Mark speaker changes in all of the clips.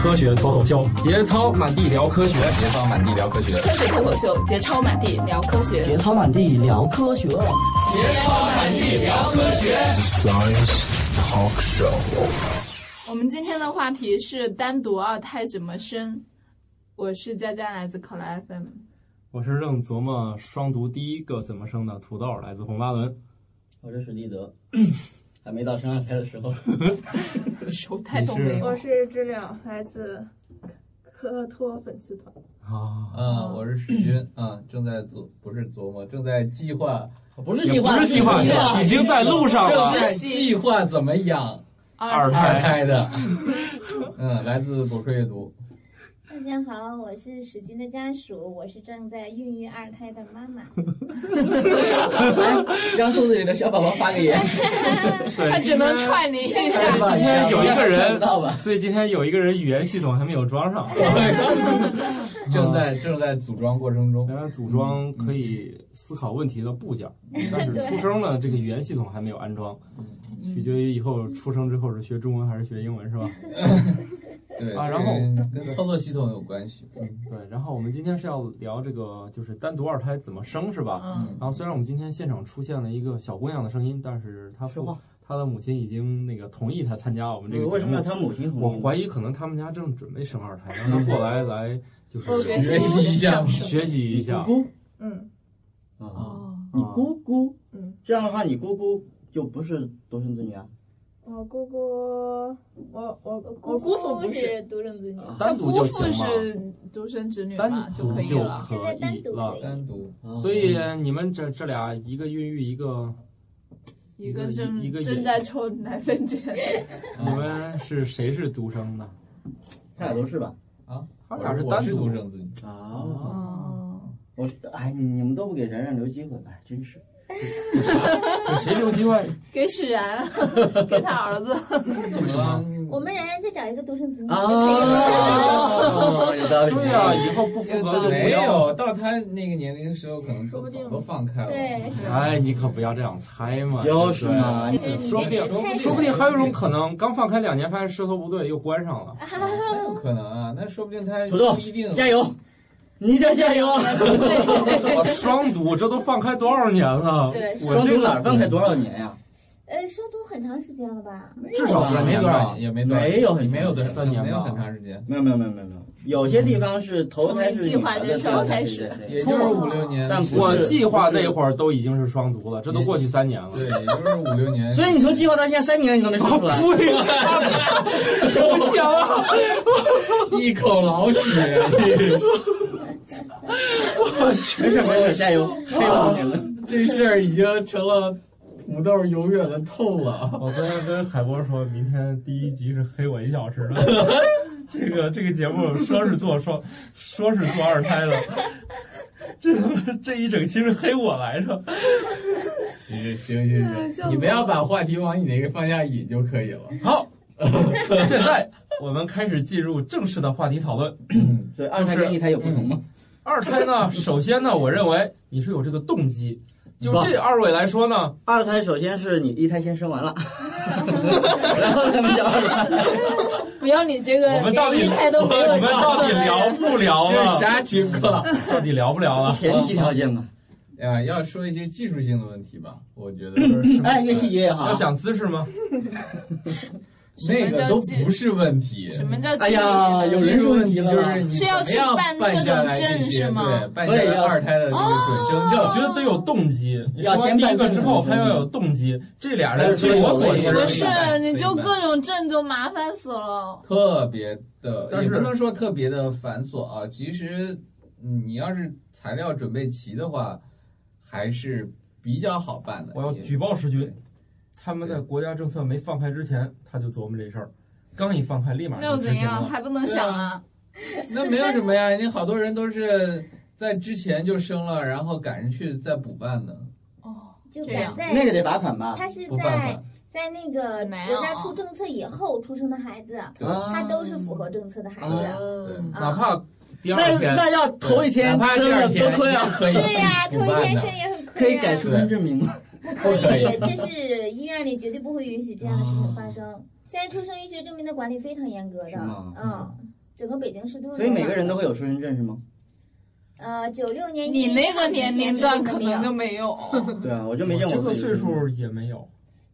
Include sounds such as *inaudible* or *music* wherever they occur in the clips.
Speaker 1: 科学脱口秀，节操满地聊科学，
Speaker 2: 节操满地聊科学，
Speaker 3: 科学脱口秀，节操满地聊科学，
Speaker 4: 节操满地聊科学，节
Speaker 5: 操满地聊科学。
Speaker 6: Science Talk Show。
Speaker 3: 我们今天的话题是单独二胎怎么生？我是佳佳，来自考拉 FM。
Speaker 1: 我是正琢磨双独第一个怎么生的土豆，来自红巴伦。
Speaker 7: 我是史蒂德， *clears throat* 还没到生二胎的时候。
Speaker 3: 手太冻没
Speaker 8: 我是知了，来自科托粉丝团。
Speaker 2: 啊啊！我是史军啊，正在琢不是琢磨，正在计划，
Speaker 7: 哦不是啊计划，
Speaker 1: 不是计划，
Speaker 2: 啊
Speaker 1: 已经在路上了。
Speaker 7: 正在计划怎么养
Speaker 1: 二
Speaker 7: 胎 *laughs* 的。嗯，来自果壳阅读。
Speaker 9: 大家好，我是史军的家属，我是正在孕育二胎的妈妈。
Speaker 7: 让肚子里的小宝宝发个
Speaker 2: *laughs*
Speaker 7: 言，
Speaker 3: 他只能踹你一下。
Speaker 1: 今天有一个
Speaker 2: *laughs*
Speaker 7: *laughs*
Speaker 1: 人，所以今天有一个人语言系统还没有装上，
Speaker 7: 正在正在组装过程中。
Speaker 1: 当然，组装可以思考问题的部件，但是出生呢，这个语言系统还没有安装，取决于以后出生之后是学中文还是学英文，是吧？
Speaker 7: 对
Speaker 1: 啊，然后
Speaker 7: 跟操作系统有关系。
Speaker 1: 嗯，对。然后我们今天是要聊这个，就是单独二胎怎么生，是吧？ *laughs* 嗯。然后虽然我们今天现场出现了一个小姑娘的声音，但是她父她的母亲已经那个同意她参加我们这个节目。
Speaker 7: 为什么她母亲？
Speaker 1: 我怀疑可能他们家正准备生二胎，让她过来来
Speaker 3: 哦
Speaker 1: 就是
Speaker 7: 学习一下，
Speaker 1: 学习一下。
Speaker 7: 姑姑，
Speaker 8: 嗯，
Speaker 3: 哦
Speaker 7: 啊，你姑姑，嗯，这样的话你姑姑就不是独生子女啊。
Speaker 8: 我姑姑，我我
Speaker 9: 我姑父不是独生子女，
Speaker 1: 单独就
Speaker 3: 行是独生子女嘛，就可以了。
Speaker 1: 现在
Speaker 9: 单独了，
Speaker 7: 单独。
Speaker 1: 所以你们这这俩一个孕育一个，
Speaker 3: 一个正
Speaker 1: 一个
Speaker 3: 正在抽奶粉钱。
Speaker 1: *laughs*
Speaker 2: 啊
Speaker 1: 你们是谁是独生的？
Speaker 7: 他俩都是吧？
Speaker 1: 啊，他俩是单
Speaker 2: 独生子女
Speaker 1: 哦
Speaker 3: 哦
Speaker 7: 啊。我哎，你们都不给冉冉留机会，哎，真是。
Speaker 1: 给谁留机会？
Speaker 3: 给史然，给他儿
Speaker 1: *laughs*
Speaker 3: 子。
Speaker 1: 为什么？
Speaker 2: 嗯
Speaker 9: 我们然然再找一个独生子女。
Speaker 7: 啊，有道理。
Speaker 1: 对啊，以后不符合就
Speaker 2: 没有。到他那个年龄时候，可能说不定都放开了。
Speaker 9: *laughs* 对。
Speaker 1: 哎，你可不要这样猜嘛。
Speaker 7: 就是嘛，
Speaker 2: 嗯
Speaker 1: 说不定，说不定还有一种可能，刚放开两年，发现势头不对，又关上
Speaker 7: *laughs*
Speaker 1: 了。
Speaker 2: 那不可能啊，那说不定他
Speaker 7: 土豆
Speaker 2: 一定
Speaker 7: 加油。你再加油！
Speaker 1: 我双独，这都放开多少年了？
Speaker 7: 双独哪放开多少年呀？
Speaker 9: 呃，双独很长时间了吧？
Speaker 1: 至少三年吧，
Speaker 2: 也没
Speaker 7: 没有很
Speaker 2: 没有的
Speaker 1: 三年，
Speaker 2: 没有很长时间。
Speaker 7: 没有没有没有没有没有，有些地方是头胎是
Speaker 3: 计划那时候开始，
Speaker 2: 也就是五六年。
Speaker 7: 但
Speaker 1: 我计划那会儿都已经是双独了，这都过去三年了。
Speaker 2: 对，也就是五六年。
Speaker 7: 所以你从计划到现在三年，你都没说出来。
Speaker 1: 对呀，不行啊！
Speaker 2: *laughs* 一口老血。
Speaker 7: 我去，没事没事，加油！加油！
Speaker 2: 这事儿已经成了土豆永远的痛了。
Speaker 1: 我昨天跟海波说，明天第一集是黑我一小时
Speaker 7: *laughs*
Speaker 1: 的。这个这个节目说是做双，说是做二胎的，这这一整期是黑我来着。
Speaker 2: *laughs* 行行行行，你不要把话题往你那个方向引就可以了。
Speaker 1: 好， *laughs* 现在我们开始进入正式的话题讨论。
Speaker 7: 所以二胎跟一胎有不同吗？
Speaker 1: 二胎呢，首先呢，我认为你是有这个动机。就这二位来说呢，
Speaker 7: 二胎首先是你一胎先生完了， *laughs* 然后才能叫二胎。
Speaker 3: 不要你这个，
Speaker 1: 我们到底
Speaker 3: 一胎都没有，
Speaker 1: 我们到 *laughs* 底聊不聊啊
Speaker 2: 这
Speaker 1: 了？
Speaker 2: 是啥情
Speaker 1: *laughs*
Speaker 2: 况？
Speaker 1: 到底聊不啊聊了？
Speaker 7: 前提条件嘛，
Speaker 2: 啊，要说一些技术性的问题吧，我觉
Speaker 3: *laughs*
Speaker 2: 得就是什么
Speaker 7: 哎，越细节越
Speaker 1: 嗯
Speaker 7: 好。
Speaker 1: 要讲姿势吗？
Speaker 2: 那个都不是问题。
Speaker 3: 什么叫？
Speaker 7: 哎呀，有人数问题了，
Speaker 2: 就是你
Speaker 3: 是要
Speaker 2: 怎么
Speaker 3: 去
Speaker 2: 样
Speaker 3: 办
Speaker 2: 办
Speaker 3: 各
Speaker 2: 下
Speaker 3: 种
Speaker 2: 来
Speaker 3: 证
Speaker 2: 这些
Speaker 3: 是吗哦
Speaker 2: 对，办下
Speaker 1: 啊
Speaker 2: 来二胎的这个准
Speaker 3: 啊
Speaker 2: 生
Speaker 1: 我觉
Speaker 2: 证。
Speaker 1: 得得有动机。你生完第一个之后还要有动机，这俩人据我所知，
Speaker 3: 不是，你就各种证都麻烦死了。
Speaker 2: 特别的，
Speaker 1: 但
Speaker 2: 也不
Speaker 1: 是
Speaker 2: 能说特别的繁琐啊。其实，嗯你要是材料准备齐的话，还是比较好办的。
Speaker 1: 我要
Speaker 2: 也
Speaker 1: 举报史军，他们在国家政策没放开之前，他就琢磨这事儿，刚一放开立马
Speaker 3: 那又
Speaker 1: 就执
Speaker 3: 怎
Speaker 1: 行
Speaker 3: 样？
Speaker 1: 了。
Speaker 3: 还不能想啊？
Speaker 2: 那没有什么呀，人家好多人都是在之前就生了，然后赶上去再补办的，
Speaker 3: 哦，
Speaker 9: 就
Speaker 3: 这样
Speaker 9: 赶在
Speaker 7: 那个得罚款吧？
Speaker 9: 他是
Speaker 2: 不犯
Speaker 9: 在
Speaker 2: 法。
Speaker 9: 在那个
Speaker 3: 没有
Speaker 9: 国家出政策以后出生的孩子，
Speaker 2: 对
Speaker 9: 他都是符合政策的孩子。
Speaker 2: 对，
Speaker 9: 啊
Speaker 1: 哪怕第
Speaker 7: 那
Speaker 1: 二天，
Speaker 7: 那要头一天
Speaker 2: 哪怕
Speaker 7: 生
Speaker 2: 第
Speaker 7: 了
Speaker 2: 二
Speaker 7: 多
Speaker 2: 天
Speaker 7: 亏
Speaker 2: 也
Speaker 7: 啊！
Speaker 2: 可以
Speaker 9: 对呀，
Speaker 2: 去
Speaker 9: 头
Speaker 2: 补
Speaker 9: 一
Speaker 2: 办
Speaker 9: 天
Speaker 2: 的
Speaker 9: 生也很
Speaker 7: 可以
Speaker 9: 啊
Speaker 7: 改出生证明吗？
Speaker 9: 不可以
Speaker 2: 可以，
Speaker 9: 就是医院里绝对不会允许这样的事情发生。现在出生医学证明的管理非常严格的，
Speaker 7: 是吗
Speaker 9: 嗯，整个北京市都是。
Speaker 7: 所以每个人都会。有出生证是吗？
Speaker 9: 呃，九六年
Speaker 3: 你那个年龄段可能就没有。
Speaker 7: 对啊，我就没
Speaker 1: 我
Speaker 7: 见过
Speaker 1: 这个
Speaker 7: 自己出
Speaker 1: 岁
Speaker 7: 生证
Speaker 1: 数也没有，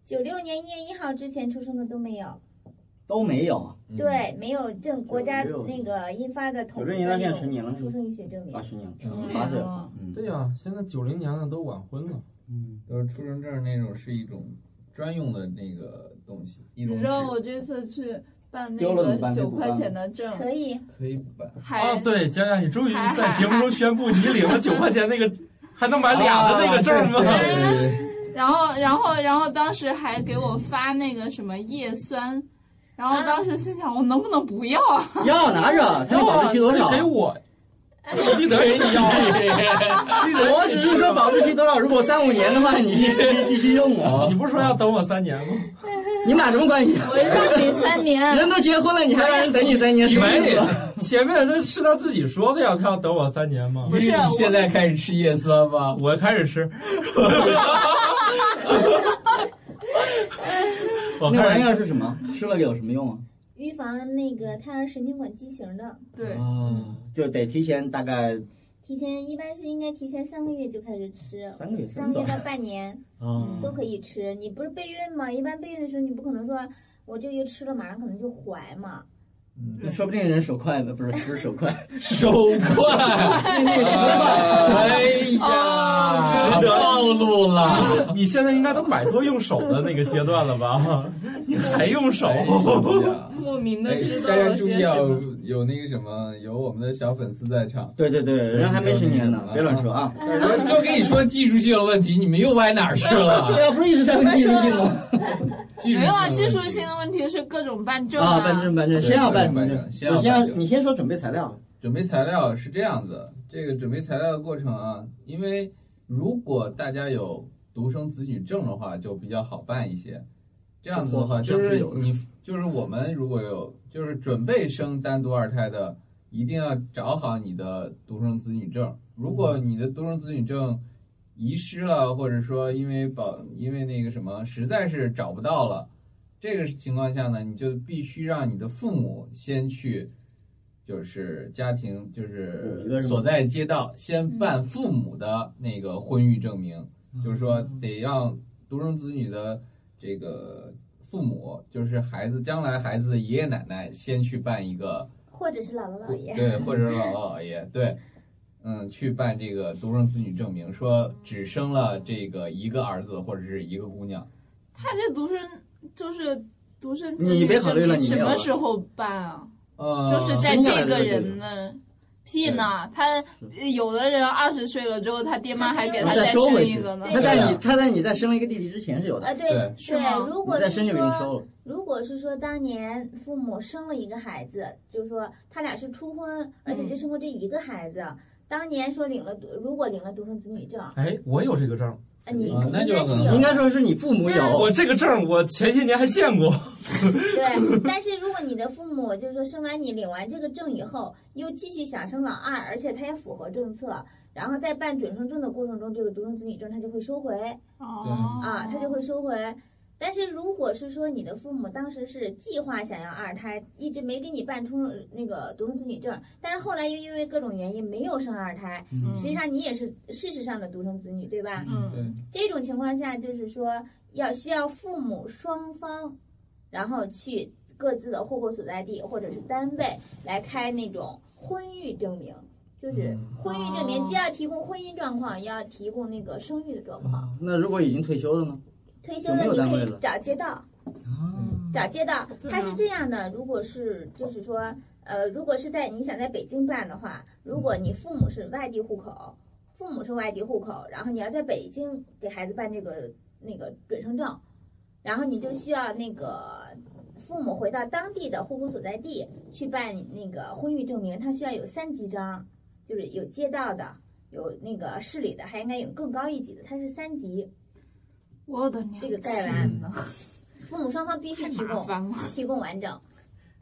Speaker 9: 九六年一月一号之前出生的都没有，
Speaker 7: 都没有啊，
Speaker 2: 嗯，
Speaker 9: 对，没有证，国家
Speaker 7: 96
Speaker 9: 那个印发的统
Speaker 7: 有
Speaker 9: 一
Speaker 7: 这年
Speaker 9: 的
Speaker 7: 龄
Speaker 9: 那
Speaker 7: 现在成
Speaker 9: 种
Speaker 7: 年了啊
Speaker 9: 出
Speaker 7: 是吗？
Speaker 9: 生医学证明
Speaker 7: 二。十年了，
Speaker 2: 嗯
Speaker 7: 八岁了，
Speaker 9: 哦
Speaker 3: 了
Speaker 7: 嗯，
Speaker 1: 对呀、现在九零年的都晚婚了，
Speaker 7: 嗯，
Speaker 2: 都是出生证那种是一种专用的那个东西，一
Speaker 3: *laughs* 你
Speaker 2: 种
Speaker 3: 知道我这次去办那
Speaker 7: 丢了怎么
Speaker 3: 个
Speaker 7: 办
Speaker 3: 九块钱的哦证，
Speaker 9: 可以，
Speaker 2: 可以把
Speaker 3: 还
Speaker 1: 啊，对，佳佳，你终于在节目中宣布你领了九块钱那个，还能买俩的那个证吗？
Speaker 2: 对，
Speaker 3: 然后，然后，然后当时还给我发那个什么叶酸，然后当时心想我能不能不要啊？ *laughs*
Speaker 7: 要啊拿着，它那保质期多少？
Speaker 1: 给我，我记得给你要， *laughs* 记得
Speaker 7: 啊我只是说保质期多少，如果三五年的话，你继续用啊。
Speaker 1: 你不是说要等我三年 *laughs* 吗？
Speaker 7: 你俩什么关系？
Speaker 3: 我让你三年，
Speaker 7: 人都结婚了，你还让人等你三年，
Speaker 1: 你
Speaker 7: 什么意
Speaker 1: 没
Speaker 7: 思？啊
Speaker 1: 前面这是他自己说的呀，他要等我三年吗？
Speaker 3: 不是
Speaker 2: 你现在开始吃叶酸吗？
Speaker 1: 我开始 *laughs* 吃，我
Speaker 7: 那玩
Speaker 1: 开
Speaker 7: 意
Speaker 1: 始
Speaker 7: 儿是什么？吃了有什么用啊？
Speaker 9: 预防那个胎儿神经管畸形的，
Speaker 3: 对，
Speaker 7: 啊，就得提前大概
Speaker 9: 提前一般是应该提前三个月就开始吃，
Speaker 7: 三个月，
Speaker 9: 三个月到半年
Speaker 7: 啊
Speaker 9: 都
Speaker 2: 嗯
Speaker 9: 可以吃。你不是备孕吗？一般备孕的时候，你不可能说我这个月吃了，马上可能就怀嘛。
Speaker 2: 嗯，
Speaker 7: 那说不定人手快呢，不是不是
Speaker 2: *laughs*
Speaker 7: 手快，
Speaker 2: 手快，哎呀，暴露了。
Speaker 1: 你现在应该都摆脱用手的那个阶段了吧？ *laughs* 你还用手？
Speaker 3: 莫名的
Speaker 2: 哎
Speaker 3: 知道
Speaker 2: 大家
Speaker 3: 了
Speaker 2: 注
Speaker 3: 些
Speaker 2: 意啊
Speaker 3: 什么。，
Speaker 2: 有那个什么，有我们的小粉丝在场。
Speaker 7: 对对对，人还没成年呢，别乱说啊。
Speaker 2: 就跟你说技术性的问题，你们又歪哪儿去了？
Speaker 7: 对啊，不是一直在问技术性吗？
Speaker 2: 技术
Speaker 3: 没有啊，
Speaker 2: 的问
Speaker 3: 技
Speaker 2: 题
Speaker 3: 术性的问题是各种办证
Speaker 7: 啊，办证办证，先要办证，你
Speaker 2: 先要办
Speaker 7: 先要
Speaker 2: 证
Speaker 7: 你先说准备材料，
Speaker 2: 准备材料是这样子，这个准备材料的过程啊，因为如果大家有独生子女证的话，就比较好办一些。这样子的话，
Speaker 1: 这
Speaker 2: 就
Speaker 1: 不这
Speaker 2: 是
Speaker 1: 不是有的
Speaker 2: 你就是我们如果有就是准备生单独二胎的，一定要找好你的独生子女证。如果
Speaker 1: 嗯
Speaker 2: 你的独生子女证遗失了，或者说因为保因为那个什么实在是找不到了，这个情况下呢，你就必须让你的父母先去，就是家庭就
Speaker 7: 有一个
Speaker 2: 是
Speaker 7: 人
Speaker 2: 所在街道先办父母的那个婚育证明，就是说得让独生子女的这个父母，就是孩子将来孩子的爷爷奶奶先去办一个。
Speaker 9: 或者是姥姥姥爷。
Speaker 2: 对，或者是姥姥姥爷，对，嗯，去办这个独生子女证明，说只生了这个一个儿子或者是一个姑娘，
Speaker 3: 他这独生就是独生子
Speaker 7: 你
Speaker 3: 女
Speaker 7: 别考
Speaker 3: 证
Speaker 7: 虑了
Speaker 3: 明
Speaker 7: 你
Speaker 3: 什
Speaker 7: 没有
Speaker 3: 么
Speaker 7: 了
Speaker 3: 时候办啊？
Speaker 2: 呃，
Speaker 3: 就是在
Speaker 7: 生下
Speaker 3: 这
Speaker 7: 来
Speaker 3: 个
Speaker 7: 就有
Speaker 3: 人的。屁呢！他有的人二十岁了之后，他爹妈还给他
Speaker 7: 他再收
Speaker 3: 生
Speaker 7: 回
Speaker 3: 一
Speaker 7: 去
Speaker 3: 个呢。
Speaker 7: 他
Speaker 9: 对
Speaker 7: 在
Speaker 2: 呀
Speaker 7: 你他在你再生一个弟弟之前是有的，
Speaker 9: 啊，对
Speaker 2: 对
Speaker 3: 是吗
Speaker 9: 如
Speaker 7: 你
Speaker 9: 果
Speaker 7: 再
Speaker 9: 是
Speaker 7: 生就给你收
Speaker 9: 说，
Speaker 7: 了。
Speaker 9: 如果是说当年父母生了一个孩子，就是说他俩是初婚，而
Speaker 2: 嗯
Speaker 9: 且就生过这一个孩子，当年说领了独，如果领了独生子女证，
Speaker 1: *laughs* 哎，我有这个证，
Speaker 9: 呃你
Speaker 2: 啊
Speaker 9: 应
Speaker 2: 那
Speaker 9: 该
Speaker 2: 就是很
Speaker 9: 有
Speaker 7: 应该说是你父母有
Speaker 1: 我，这个证我前些年还见过。
Speaker 9: 对。但是如果你的父母就是说生完你领完这个证以后，又继续想生老二，而且他也符合政策，然后在办准生证的过程中，这个独生子女证他就会收回。
Speaker 3: 哦
Speaker 9: 啊，他就会收回。但是如果是说你的父母当时是计划想要二胎，一直没给你办出那个独生子女证，但是后来又因为各种原因没有生二胎，
Speaker 3: 嗯
Speaker 9: 实际上你也是事实上的独生子女，对吧？
Speaker 3: 嗯
Speaker 2: 对，
Speaker 9: 这种情况下，就是说要需要父母双方，然后去各自的户口所在地或者是单位来开那种婚育证明，就是婚育证明
Speaker 3: 哦
Speaker 9: 既要提供婚姻状况，也要提供那个生育的状
Speaker 1: 嗯啊
Speaker 9: 况。
Speaker 7: 那如果已经退休了呢？
Speaker 9: 退休的你可以找街道，找街道
Speaker 3: 对。啊
Speaker 9: 它是这样的，如果是就是说，呃，如果是在你想在北京办的话，如果
Speaker 3: 嗯
Speaker 9: 你父母是外地户口，父母是外地户口，然后你要在北京给孩子办这个那个准生证，然后你
Speaker 3: 嗯
Speaker 9: 就需要那个。父母回到当地的户口所在地去办那个婚育证明，它需要有三级章，就是有街道的，有那个市里的，还应该有更高一级的，它是三级。
Speaker 3: 我的娘！
Speaker 9: 这个盖
Speaker 3: 天
Speaker 9: 完 *laughs*
Speaker 3: 哪
Speaker 9: 父母双方必须
Speaker 3: 太
Speaker 9: 提
Speaker 3: 麻
Speaker 9: 供
Speaker 7: *laughs*
Speaker 3: 烦了。
Speaker 9: 提供完整。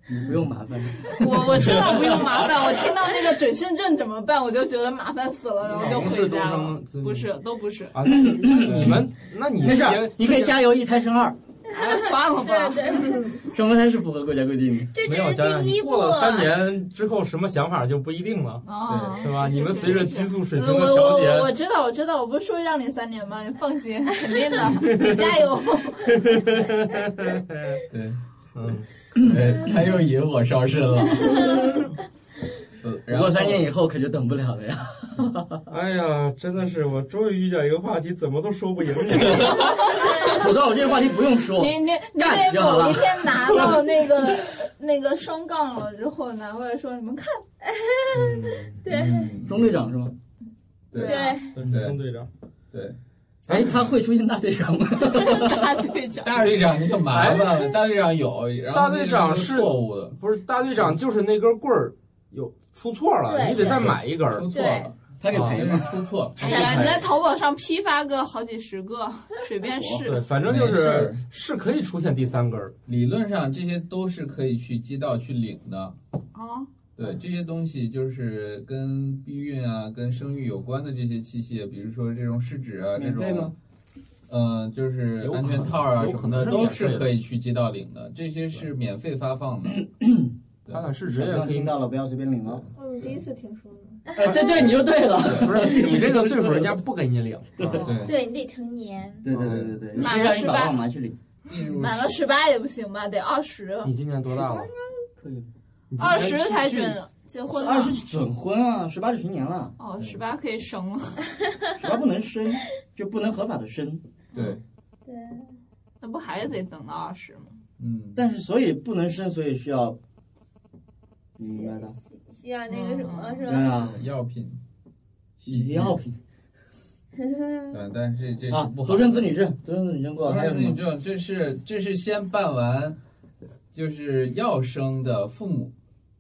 Speaker 7: 你不用麻烦，
Speaker 2: 嗯
Speaker 3: 我我知道不用麻烦，我听到那个准生证怎么办，我就觉得麻烦死了，然后就回家
Speaker 7: *laughs*
Speaker 3: 了。不是，都不是。
Speaker 1: 啊，那你们，那你
Speaker 7: 没事
Speaker 1: 之前
Speaker 7: 儿，你可以加油一胎生二，
Speaker 3: 哎算了吧。
Speaker 7: 什么才是符合国家规定的？
Speaker 9: 这
Speaker 1: 没有
Speaker 9: 只
Speaker 1: 家
Speaker 9: 是
Speaker 1: 长
Speaker 9: 第一步
Speaker 1: 过。了三年之后，什么想法就不一定了，
Speaker 3: 啊，
Speaker 1: 对吧？你们随着激素水
Speaker 3: 我
Speaker 1: 平的
Speaker 3: 我
Speaker 1: 调
Speaker 3: 我我
Speaker 1: 节，
Speaker 3: 知道我知道，我不是说让你三年吗？你放心，肯定的，你加
Speaker 2: *laughs*
Speaker 3: 油。
Speaker 2: 哦对，
Speaker 1: 嗯，
Speaker 2: 对，他又引火烧身了。呃
Speaker 7: 不
Speaker 2: 然
Speaker 7: 过
Speaker 2: 后
Speaker 7: 三年以后可就等不了了呀。
Speaker 1: 哎呀，真的是，我终于遇到一个话题，怎么都说不赢 *laughs* 你。
Speaker 7: 土豆，这个话题不用说。
Speaker 3: 你你你得某一天拿到那个那个双杠了之后，拿过来说你们看，
Speaker 1: 嗯
Speaker 2: 嗯
Speaker 7: 中队长是吗？
Speaker 2: 对
Speaker 3: 啊，
Speaker 1: 中队长，
Speaker 2: 对，
Speaker 7: 哎，他会出现大队长吗？
Speaker 2: *laughs*
Speaker 3: 大队长。
Speaker 2: 大队长你可麻烦了，大队长有，然后
Speaker 1: 大队长
Speaker 2: 那个
Speaker 1: 是
Speaker 2: 错误的，
Speaker 1: 不是大队长，就是那根棍儿有出错了，
Speaker 9: 对
Speaker 1: 你得再买一根儿
Speaker 2: 出。错了，他给
Speaker 7: 哦
Speaker 2: 赔了，出错了。
Speaker 3: 哎呀，你在淘宝上批发个好几十个，随便试。
Speaker 1: 对，反正就
Speaker 2: 没事
Speaker 1: 是
Speaker 2: 儿
Speaker 1: 是可以出现第三根儿。
Speaker 2: 理论上这些都是可以去街道去领的。
Speaker 3: 啊，
Speaker 2: 对这些东西，就是跟避孕啊、跟生育有关的这些器械，比如说这种试纸啊，这
Speaker 7: 免费吗
Speaker 2: 种，嗯、就是
Speaker 1: 有可
Speaker 2: 安
Speaker 1: 能
Speaker 2: 全套啊
Speaker 1: 有
Speaker 2: 什
Speaker 1: 可
Speaker 2: 么
Speaker 1: 能
Speaker 2: 的，
Speaker 1: 是
Speaker 2: 都
Speaker 1: 免费
Speaker 2: 是
Speaker 1: 的
Speaker 2: 可以去街道领的。这些是免费发
Speaker 1: *clears throat*
Speaker 2: 放的。对
Speaker 1: 橄榄市
Speaker 7: 小
Speaker 1: 直接
Speaker 7: 亮
Speaker 1: 可以
Speaker 7: 听。到了，不要随便领哦了。
Speaker 8: 我们第一次听说呢。
Speaker 7: 哎，对对，你就对了。
Speaker 1: 不是你这个岁数，人家不给你
Speaker 2: *laughs*
Speaker 1: 领。啊
Speaker 2: 对，
Speaker 9: 对你得成年，
Speaker 7: 对对对对对，你
Speaker 3: 满
Speaker 7: 可
Speaker 3: 了
Speaker 7: 以让你
Speaker 3: 18
Speaker 7: 把号码去领。
Speaker 2: 进入
Speaker 3: 满了十八也不行吧，得二十，
Speaker 1: 你今年多大了？
Speaker 7: 可以。
Speaker 1: 你今年
Speaker 3: 二十才准结婚
Speaker 7: 二
Speaker 3: 嘛。
Speaker 7: 十准婚啊，十八就成年了，
Speaker 3: 哦，十八可以生了，
Speaker 7: 十八不能生，就不能合法的生。
Speaker 2: 对，
Speaker 9: 对，
Speaker 3: 那不还得等到二十吗？
Speaker 2: 嗯，
Speaker 7: 但是所以不能生，所以需要，你明白的。
Speaker 9: 需需要那个什么
Speaker 3: 嗯
Speaker 9: 是
Speaker 7: 对
Speaker 9: 吧？
Speaker 7: 啊，
Speaker 2: 药品，
Speaker 7: 药品
Speaker 2: 对，但是这这
Speaker 7: 啊
Speaker 2: 是，不好
Speaker 7: 独
Speaker 2: 的。
Speaker 7: 生子女证，独生子女证过
Speaker 2: 独
Speaker 7: 了，还有
Speaker 2: 生
Speaker 7: 什
Speaker 2: 子女
Speaker 7: 么？
Speaker 2: 证，这是这是先办完，就是要生的父母，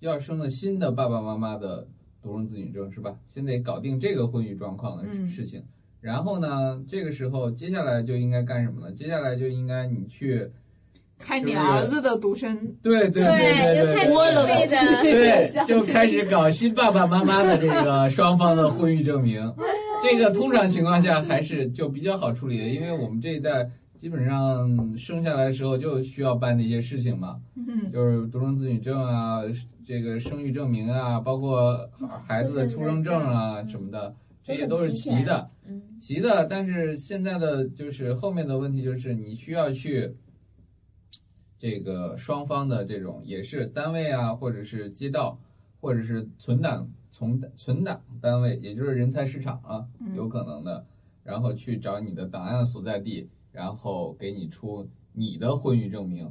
Speaker 2: 要生的新的爸爸妈妈的独生子女证是吧？先得搞定这个婚育状况的
Speaker 3: 嗯
Speaker 2: 事情。然后呢，这个时候接下来就应该干什么呢？接下来就应该你去
Speaker 3: 看你儿子的独生，
Speaker 2: 对对对
Speaker 9: 就
Speaker 2: 对
Speaker 9: 看
Speaker 2: 对
Speaker 9: 你
Speaker 3: 窝
Speaker 9: 一
Speaker 3: 了
Speaker 9: 辈
Speaker 3: 个
Speaker 9: 的。
Speaker 2: 对，就开始搞新爸爸妈妈的这个 *laughs* 双方的婚育证明。这个通常情况下还是就比较好处理的，因为我们这一代基本上生下来的时候就需要办的一些事情嘛，
Speaker 3: 嗯，
Speaker 2: 就是独生子女证啊，这个生育证明啊，包括孩子的出生证啊什么的，这些都是齐的。
Speaker 9: 嗯，
Speaker 2: 齐的，但是现在的就是后面的问题就是你需要去这个双方的这种也是单位啊，或者是街道，或者是存档存存档单位，也就是人才市场啊，
Speaker 3: 嗯
Speaker 2: 有可能的，然后去找你的档案所在地，然后给你出你的婚育证明。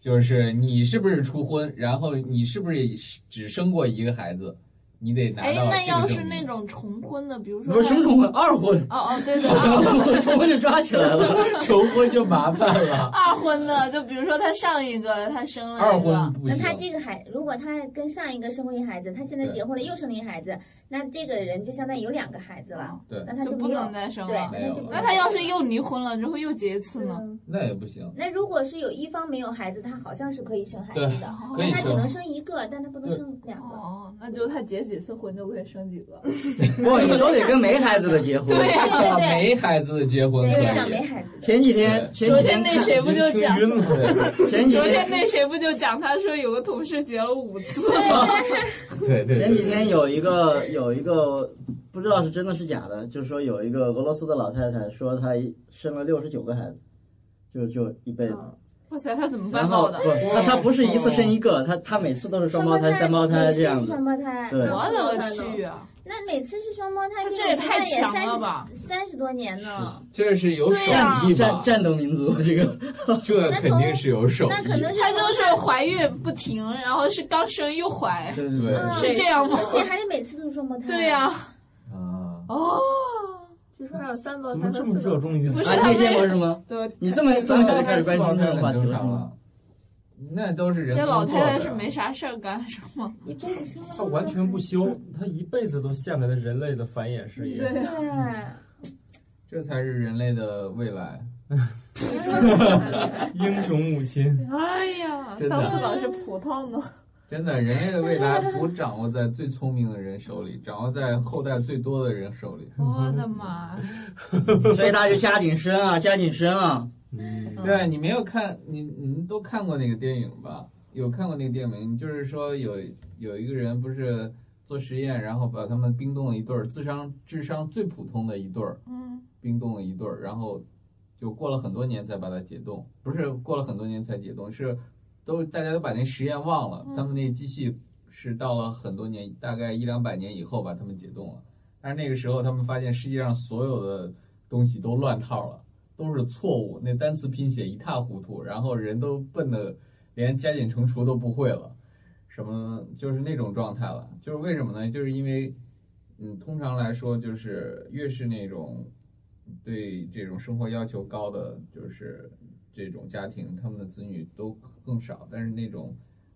Speaker 2: 就是你是不是初婚，然后你是不是也是只生过一个孩子，你得拿
Speaker 3: 哎，
Speaker 2: 到这个证
Speaker 3: 那
Speaker 2: 明。
Speaker 3: 要是那种重婚的，比如说
Speaker 7: 不是什
Speaker 3: 他
Speaker 7: 么重婚，二 *laughs* 婚，
Speaker 3: 哦哦，对
Speaker 2: *laughs*
Speaker 3: 对，对
Speaker 7: 重婚就抓起来了。
Speaker 2: 求婚就麻烦
Speaker 3: *laughs*
Speaker 2: 了，
Speaker 3: 二婚的，就比如说他上一个他生了
Speaker 2: 二
Speaker 3: 一个
Speaker 2: 婚，不
Speaker 9: 那
Speaker 2: 行。
Speaker 9: 他这个孩，如果他跟上一个生过一孩子，他现在结婚了又生了一孩子，那这个人就相当于有两个孩子了，
Speaker 2: 对
Speaker 9: 那他
Speaker 3: 啊就
Speaker 9: 不
Speaker 3: 不能
Speaker 9: 用。
Speaker 3: 再生
Speaker 9: 对，
Speaker 3: 了。
Speaker 2: 没有
Speaker 9: 就不
Speaker 3: 那
Speaker 9: 用
Speaker 3: 他要是又离婚了之后又结一次
Speaker 8: 对啊
Speaker 3: 呢？
Speaker 2: 那也不
Speaker 3: *laughs*
Speaker 2: 行。
Speaker 9: 那如果是有一方没有孩子，他好像是可以生孩子的，
Speaker 3: 哦
Speaker 2: 可以
Speaker 9: 他只
Speaker 2: 生
Speaker 9: 能生一个，但他不能生两个。
Speaker 3: 哦，那就他结几次婚就可以生几个。
Speaker 7: 不，你都得跟没孩子的结婚。
Speaker 3: 对呀
Speaker 2: 找没孩子的结婚
Speaker 9: 对，
Speaker 2: 可
Speaker 9: 队长没
Speaker 2: 以，
Speaker 9: 孩子的。
Speaker 7: 前几天，前
Speaker 3: 昨
Speaker 7: 几
Speaker 3: 天
Speaker 7: 天
Speaker 3: 那
Speaker 7: 看，
Speaker 3: 谁不就
Speaker 1: 听
Speaker 3: 讲？
Speaker 1: 晕
Speaker 3: *laughs*
Speaker 1: 了，
Speaker 7: 前几
Speaker 3: 昨
Speaker 7: 天
Speaker 3: 天那谁不就讲？他说有个同事结了五次，
Speaker 2: 对对
Speaker 7: 前几天有一个有一个不知道是真的是假的，就是说有一个俄罗斯的老太太说她一生了六十九个孩子，就就一辈子。
Speaker 8: 啊
Speaker 3: 哇塞，他怎么办
Speaker 7: 然后
Speaker 3: 到
Speaker 7: 不
Speaker 3: 的？，
Speaker 7: 她她不是一
Speaker 2: 哦
Speaker 7: 次生一个，她她每次都是双胞胎、三胞胎这样子
Speaker 9: 双。胞胎。
Speaker 7: 对
Speaker 3: 我勒个去啊！
Speaker 9: 那每次是双胞胎，
Speaker 3: 他
Speaker 9: 这
Speaker 3: 这也
Speaker 9: 种情
Speaker 3: 太强
Speaker 9: 况三
Speaker 3: 了
Speaker 9: 十
Speaker 3: 吧！
Speaker 9: 三十多年呢，
Speaker 2: 这是有手
Speaker 3: 对啊呀
Speaker 2: 艺
Speaker 7: 战
Speaker 2: 吧？
Speaker 7: 战斗民族这个，
Speaker 2: 这肯定是有手
Speaker 9: 那可能
Speaker 2: 艺。
Speaker 9: 是
Speaker 3: 他就是怀孕不停，然后是刚生又怀，
Speaker 7: 对
Speaker 2: 对
Speaker 9: 嗯
Speaker 3: 是这样吗
Speaker 9: 而且还得每次都双胞胎。
Speaker 3: 对呀、
Speaker 2: 啊，
Speaker 3: 哦，
Speaker 8: 据说还有三胞
Speaker 1: 怎
Speaker 8: 胎
Speaker 1: 么
Speaker 8: 和
Speaker 1: 这么
Speaker 8: 四
Speaker 1: 热
Speaker 8: 胞胎。
Speaker 1: 衷于
Speaker 3: 不
Speaker 1: 此？
Speaker 3: 是
Speaker 7: 啊，
Speaker 3: 他
Speaker 7: 你也
Speaker 3: 为
Speaker 7: 见过是吗？
Speaker 8: 对，
Speaker 7: 你这么这么小就开始关心这
Speaker 2: 太
Speaker 7: 种话题
Speaker 2: 正
Speaker 7: 了是
Speaker 2: 常
Speaker 7: 吗？
Speaker 2: 了。那都是人
Speaker 3: 这
Speaker 2: 工
Speaker 3: 老
Speaker 2: 做
Speaker 3: 太太
Speaker 2: 的
Speaker 3: 是没啥事儿干是吗？
Speaker 9: 一辈子生了
Speaker 1: 他完全不休，他一辈子都陷在了人类的繁衍事业。
Speaker 3: 对，
Speaker 9: 对，啊
Speaker 2: 这才是人类的未来。
Speaker 1: 英雄母亲，
Speaker 3: 哎呀，
Speaker 2: 真的
Speaker 3: 当不老是葡萄呢。
Speaker 2: 真的，人类的未来不掌握在最聪明的人手里，掌握在后代最多的人手里。
Speaker 3: *laughs* 我的妈！
Speaker 7: 所以大家就加紧生啊，加紧生啊，
Speaker 1: 嗯
Speaker 9: 嗯
Speaker 2: 对你没有看，你你们都看过那个电影吧？有看过那个电影，就是说有有一个人不是做实验，然后把他们冰冻了一对儿，智商智商最普通的一对儿，
Speaker 8: 嗯
Speaker 2: 冰冻了一对儿，然后就过了很多年才把它解冻，不是过了很多年才解冻，是都大家都把那实验忘了，
Speaker 8: 嗯
Speaker 2: 他们那机器是到了很多年，大概一两百年以后把他们解冻了，但是那个时候他们发现世界上所有的东西都乱套了，都是错误，那单词拼写一塌糊涂，然后人都笨的连加减乘除都不会了。什么就是那种状态了，就是为什么呢？就是因为，嗯，通常来说，就是越是那种对这种生活要求高的，就是这种家庭，他们的子女都更少。但是那种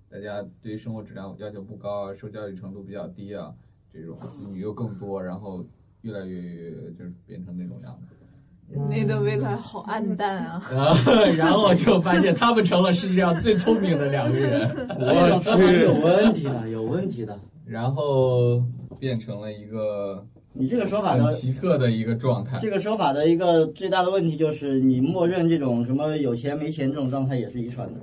Speaker 2: 大家对生活质量要求不高啊，受教育程度比较低啊，这种子女又更多，然后越来越就是变成那种样子。
Speaker 3: 那个未来好暗淡啊！
Speaker 2: 然后， *laughs* 然后就发现他们成了世界上最聪明的两个人，
Speaker 7: 这种说法是有问题的，有问题的。
Speaker 2: *laughs* 然后变成了一 *laughs* 个
Speaker 7: 你这个说法
Speaker 2: 很
Speaker 7: 的
Speaker 2: 奇特的一个状态。
Speaker 7: 这个说法的一个最大的问题就是，你默认这种什么有钱没钱这种状态也是遗传的。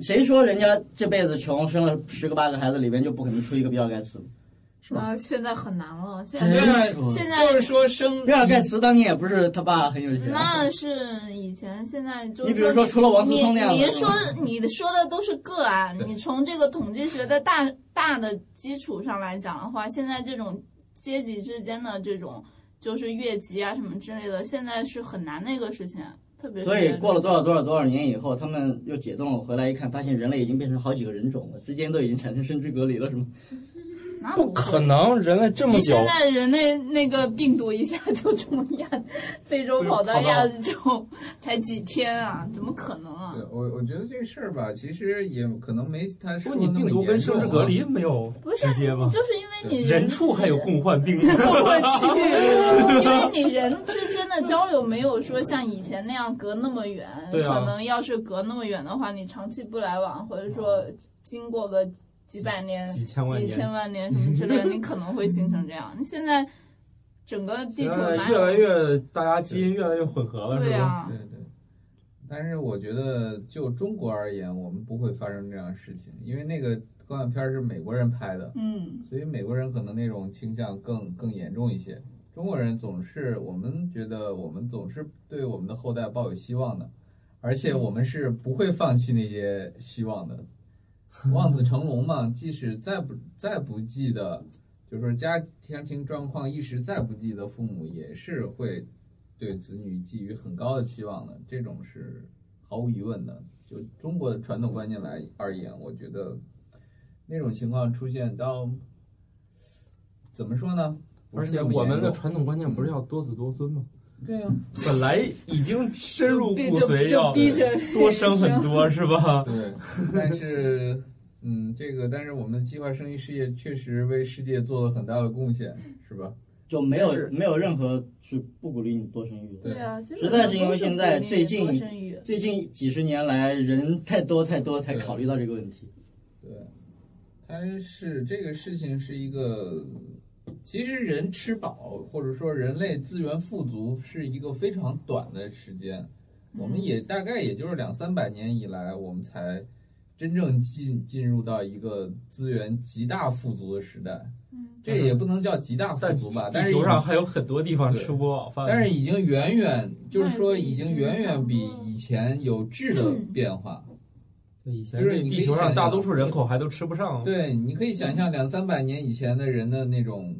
Speaker 7: 谁说人家这辈子穷，生了十个八个孩子，里边就不可能出一个比尔盖茨？是吧
Speaker 3: 啊，现在很难了，现
Speaker 2: 对
Speaker 3: 在
Speaker 2: 啊，
Speaker 3: 现在
Speaker 2: 就是说生
Speaker 7: 比尔盖茨当年也不是他爸很有钱啊，
Speaker 3: 那是以前，现在就是
Speaker 7: 你比如说除了王思
Speaker 3: 你
Speaker 7: 聪那样的
Speaker 3: 你
Speaker 7: 人
Speaker 3: 说你说的都是个案，
Speaker 2: 对
Speaker 3: 你从这个统计学的大大的基础上来讲的话，现在这种阶级之间的这种就是越级啊什么之类的，现在是很难的一个事情，特别是
Speaker 7: 所以过了多少多少多少年以后，他们又解冻了，回来一看，发现人类已经变成好几个人种了，之间都已经产生生殖隔离了，什么？
Speaker 3: 那
Speaker 1: 不可。能，人类这么
Speaker 3: 你
Speaker 1: 久
Speaker 3: 现，在人类那个病毒一下 *laughs* 就从亚非洲跑到
Speaker 1: 跑到
Speaker 3: 亚洲， *laughs* 才几天啊？怎么可能啊？
Speaker 7: 呃
Speaker 2: 对我我觉得这事儿吧，其实也可能没他
Speaker 1: 不
Speaker 2: 说
Speaker 1: 是你
Speaker 2: 那
Speaker 1: 病
Speaker 2: 么
Speaker 1: 毒
Speaker 2: 严
Speaker 1: 跟生殖
Speaker 2: 重
Speaker 1: 隔
Speaker 2: 啊
Speaker 1: 离没有
Speaker 3: 不是
Speaker 1: 直接吗？
Speaker 3: 就是因为你
Speaker 1: 人畜还有共患病， *laughs*
Speaker 3: *laughs* 因为你人之间的交流没有说像以前那样隔那么远，
Speaker 1: 对啊
Speaker 3: 可能要是隔那么远的话，你长期不来往，或者说经过个几百年、
Speaker 1: 几千万
Speaker 3: 几
Speaker 1: 年。
Speaker 3: 千万年什么之类的，你可能会形成这样。你现在整个地球
Speaker 1: 现在
Speaker 3: 哪
Speaker 1: 越
Speaker 3: 有
Speaker 1: 来越大家基因越来越混合了，
Speaker 3: 对
Speaker 1: 是吧？
Speaker 3: 啊？
Speaker 2: 对对，但是我觉得就中国而言，我们不会发生这样的事情，因为那个科幻片儿是美国人拍的，
Speaker 3: 嗯，
Speaker 2: 所以美国人可能那种倾向更更严重一些。中国人总是我们觉得我们总是对我们的后代抱有希望的，而且我们是不会放弃那些希望
Speaker 1: *laughs*
Speaker 2: 的。望子成龙嘛，即使再不再不济的，就是说家家庭状况一时再不济的父母，也是会对子女寄予很高的期望的，这种是毫无疑问的。就中国的传统观念来而言，我觉得那种情况出现到怎么说呢？不
Speaker 1: 而
Speaker 2: 是
Speaker 1: 且
Speaker 2: 那么
Speaker 1: 我们的
Speaker 2: 严重
Speaker 1: 传统观念不是要多子多孙吗？
Speaker 2: 对啊呀、
Speaker 1: 本来已经深
Speaker 3: 就
Speaker 1: 入骨
Speaker 3: 逼
Speaker 1: 髓，
Speaker 3: 就就
Speaker 1: 要
Speaker 3: 逼着
Speaker 1: 多生很多，
Speaker 3: *laughs*
Speaker 1: 是吧？
Speaker 2: *laughs* 对，但是，嗯，这个，但是我们的计划生育事业确实为世界做了很大的贡献，是吧？
Speaker 7: 就没有
Speaker 2: 是
Speaker 7: 没有任何是不鼓励你多生育的。
Speaker 2: 对
Speaker 3: 对啊，基本
Speaker 7: 实
Speaker 3: 上
Speaker 7: 在是因为
Speaker 3: 都
Speaker 7: 现在
Speaker 3: 鼓励
Speaker 7: 最近
Speaker 3: 多生育
Speaker 7: 最近几十年来，人太多太多，才考虑到这个问题。
Speaker 2: 对，它是这个事情是一个，其实人吃饱或者说人类资源富足是一个非常短的时间，我们也大概也就是两三百年以来，我们才真正进进入到一个资源极大富足的时代。
Speaker 3: 嗯，
Speaker 2: 这也不能叫极大富
Speaker 1: *laughs* 但
Speaker 2: 足吧，但
Speaker 1: 地
Speaker 2: 是
Speaker 1: 球
Speaker 2: 已
Speaker 1: 上还有很多地方
Speaker 2: 对
Speaker 1: 吃不饱饭，
Speaker 2: 但是已经远远，就是说已经远远比
Speaker 3: 那
Speaker 2: 以前有质的变化。
Speaker 1: 对以前
Speaker 2: 就是
Speaker 1: 这
Speaker 2: 你可以
Speaker 1: 地球
Speaker 2: 想
Speaker 1: 上
Speaker 2: 象
Speaker 1: 大多数人口还都吃不上，
Speaker 2: 对，你可以想象两三百年以前的人的那种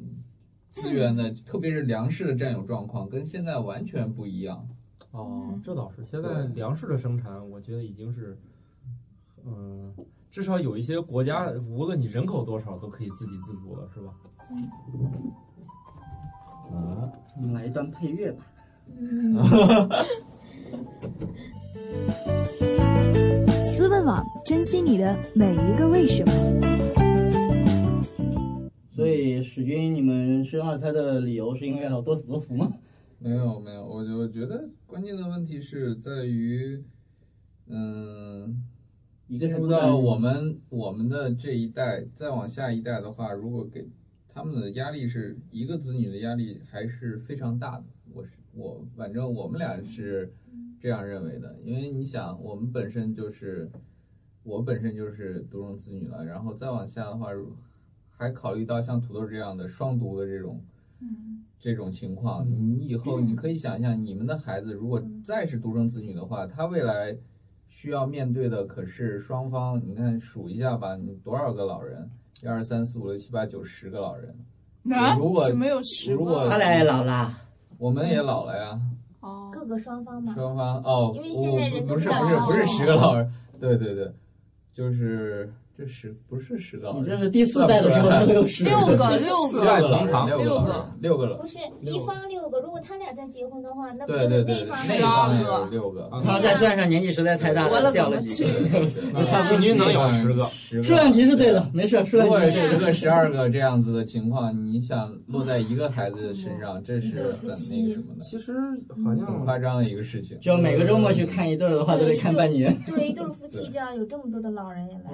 Speaker 2: 资源的，特别是粮食的占有状况，跟现在完全不一样。
Speaker 1: 哦
Speaker 3: 嗯，
Speaker 1: 这倒是。现在
Speaker 2: 对
Speaker 1: 粮食的生产，我觉得已经是，嗯、至少有一些国家，无论你人口多少，都可以自给自足了，是吧？
Speaker 2: 啊，
Speaker 7: 我们来一段配乐吧。
Speaker 10: 思问网，珍惜你的每一个为什么。
Speaker 7: 所以史军，你们生二胎的理由是因为要多子多福吗？
Speaker 2: 没有没有，我我觉得关键的问题是在于，嗯，
Speaker 7: 一个
Speaker 2: 进
Speaker 7: 是
Speaker 2: 入
Speaker 7: 不
Speaker 2: 到
Speaker 7: 干
Speaker 2: 我们我们的这一代，再往下一代的话，如果给他们的压力是一个子女的压力还是非常大的。我是我，反正我们俩是这样认为的，因为你想，我们本身就是我本身就是独生子女了，然后再往下的话，如还考虑到像土豆这样的双独的这种
Speaker 3: 嗯，
Speaker 2: 这种情况，你以后你可以想象，你们的孩子如果再是独生子女的话，他未来需要面对的可是双方，你看数一下吧，你多少个老人？一二三四五六七八九十个老人，
Speaker 3: 啊
Speaker 2: 如果
Speaker 3: 怎么有十
Speaker 2: 如
Speaker 3: 个
Speaker 2: 果
Speaker 7: 他俩也老啦，
Speaker 2: 我们也老了呀，
Speaker 3: 哦，
Speaker 9: *laughs* 各个双方嘛，
Speaker 2: 双方哦，
Speaker 9: 嗯因为现在人
Speaker 2: 我
Speaker 9: 都
Speaker 2: 不是
Speaker 9: 老
Speaker 2: 不是
Speaker 9: 了
Speaker 2: 不是
Speaker 9: 嘛
Speaker 2: 十个老人，对对对，就是这十不是十个老
Speaker 7: 你
Speaker 2: 人，
Speaker 7: 这是第四代的时
Speaker 2: 啊
Speaker 7: 候都有十
Speaker 3: 六个六
Speaker 2: 四
Speaker 3: 个，
Speaker 2: 个老人，
Speaker 1: 六
Speaker 2: 六
Speaker 1: 个
Speaker 2: 个老人，六个老人，
Speaker 9: 不是
Speaker 1: 六
Speaker 9: 一
Speaker 1: 个
Speaker 9: 方六个，如果他俩再结婚的话，那不
Speaker 2: 对
Speaker 9: 就
Speaker 2: 对
Speaker 9: 是
Speaker 2: 对，对
Speaker 9: 那方
Speaker 2: 那
Speaker 3: 十
Speaker 2: 一方
Speaker 9: 六
Speaker 2: 也
Speaker 3: 二
Speaker 2: 有
Speaker 3: 个
Speaker 2: 六个，
Speaker 1: 啊
Speaker 7: 然后再算上年纪实在太大
Speaker 3: 我勒
Speaker 7: 了，
Speaker 3: 个
Speaker 7: 掉了
Speaker 3: 去
Speaker 7: 几个。
Speaker 1: *laughs*
Speaker 2: 对
Speaker 9: 差不
Speaker 1: 平均能有十个，
Speaker 2: 十个
Speaker 7: 数量级是对的，没事，数
Speaker 2: 如
Speaker 7: 量
Speaker 2: 果
Speaker 7: 级是
Speaker 2: 十
Speaker 7: 对的。
Speaker 2: 个、十二个这样子的情况，你想落在一个孩子的身上，这是很那个什
Speaker 9: *laughs*
Speaker 2: 么的，
Speaker 1: 其实好
Speaker 2: 很
Speaker 1: 像
Speaker 2: 夸张的一个事情。
Speaker 7: 嗯就每个周末去看一对儿的话，都得看半年。
Speaker 9: 对一对夫妻这样有这么多的老人也来，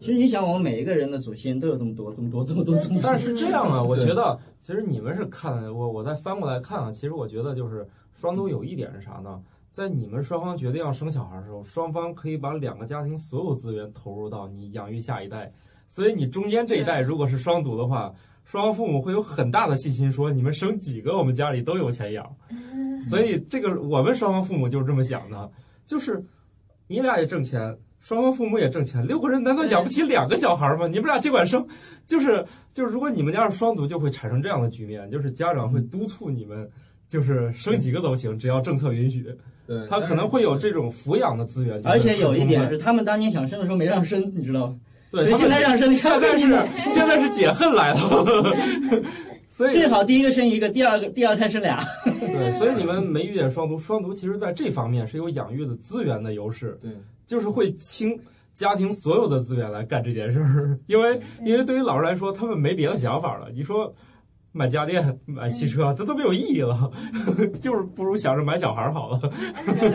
Speaker 7: 其实你想，我们每一个人的祖先都有这么多、这么多、这么多、这么多。
Speaker 1: 但是这样啊，
Speaker 2: 对
Speaker 1: 我觉得其实你们是看我，我再翻过来看啊，其实我觉得就是双独有一点是啥呢？在你们双方决定要生小孩的时候，双方可以把两个家庭所有资源投入到你养育下一代，所以你中间这一代如果是双独的话，双方父母会有很大的信心说你们生几个，我们家里都有钱养，
Speaker 9: 嗯
Speaker 1: 所以这个我们双方父母就是这么想的，就是你俩也挣钱，双方父母也挣钱，六个人难道养不起两个小孩吗？你们俩尽管生，就是就是如果你们家是双独，就会产生这样的局面，就是家长
Speaker 7: 嗯
Speaker 1: 会督促你们，就是生几个都行，只要政策允许。
Speaker 2: 对，
Speaker 1: 他可能会有这种抚养的资源，
Speaker 7: 而且有一点，
Speaker 1: 就是
Speaker 7: 他们当年想生的时候没让生，你知道吗？
Speaker 1: 对，
Speaker 7: 所以
Speaker 1: 他
Speaker 7: 现
Speaker 1: 们
Speaker 7: 在让生，你
Speaker 1: *laughs* 现
Speaker 7: 看
Speaker 1: 在
Speaker 7: *laughs*
Speaker 1: 是现在是解恨来了，所以
Speaker 7: 最好第一个生一个，第二个第二胎生俩。
Speaker 1: 对，所以你们没遇见双独，双独其实在这方面是有养育的资源的优势，
Speaker 2: 对
Speaker 1: 就是会倾家庭所有的资源来干这件事儿，因为因为对于老人来说，他们没别的想法了。你说买家电、买汽车，这都没有意义了， *laughs* 就是不如想着买小孩儿好了。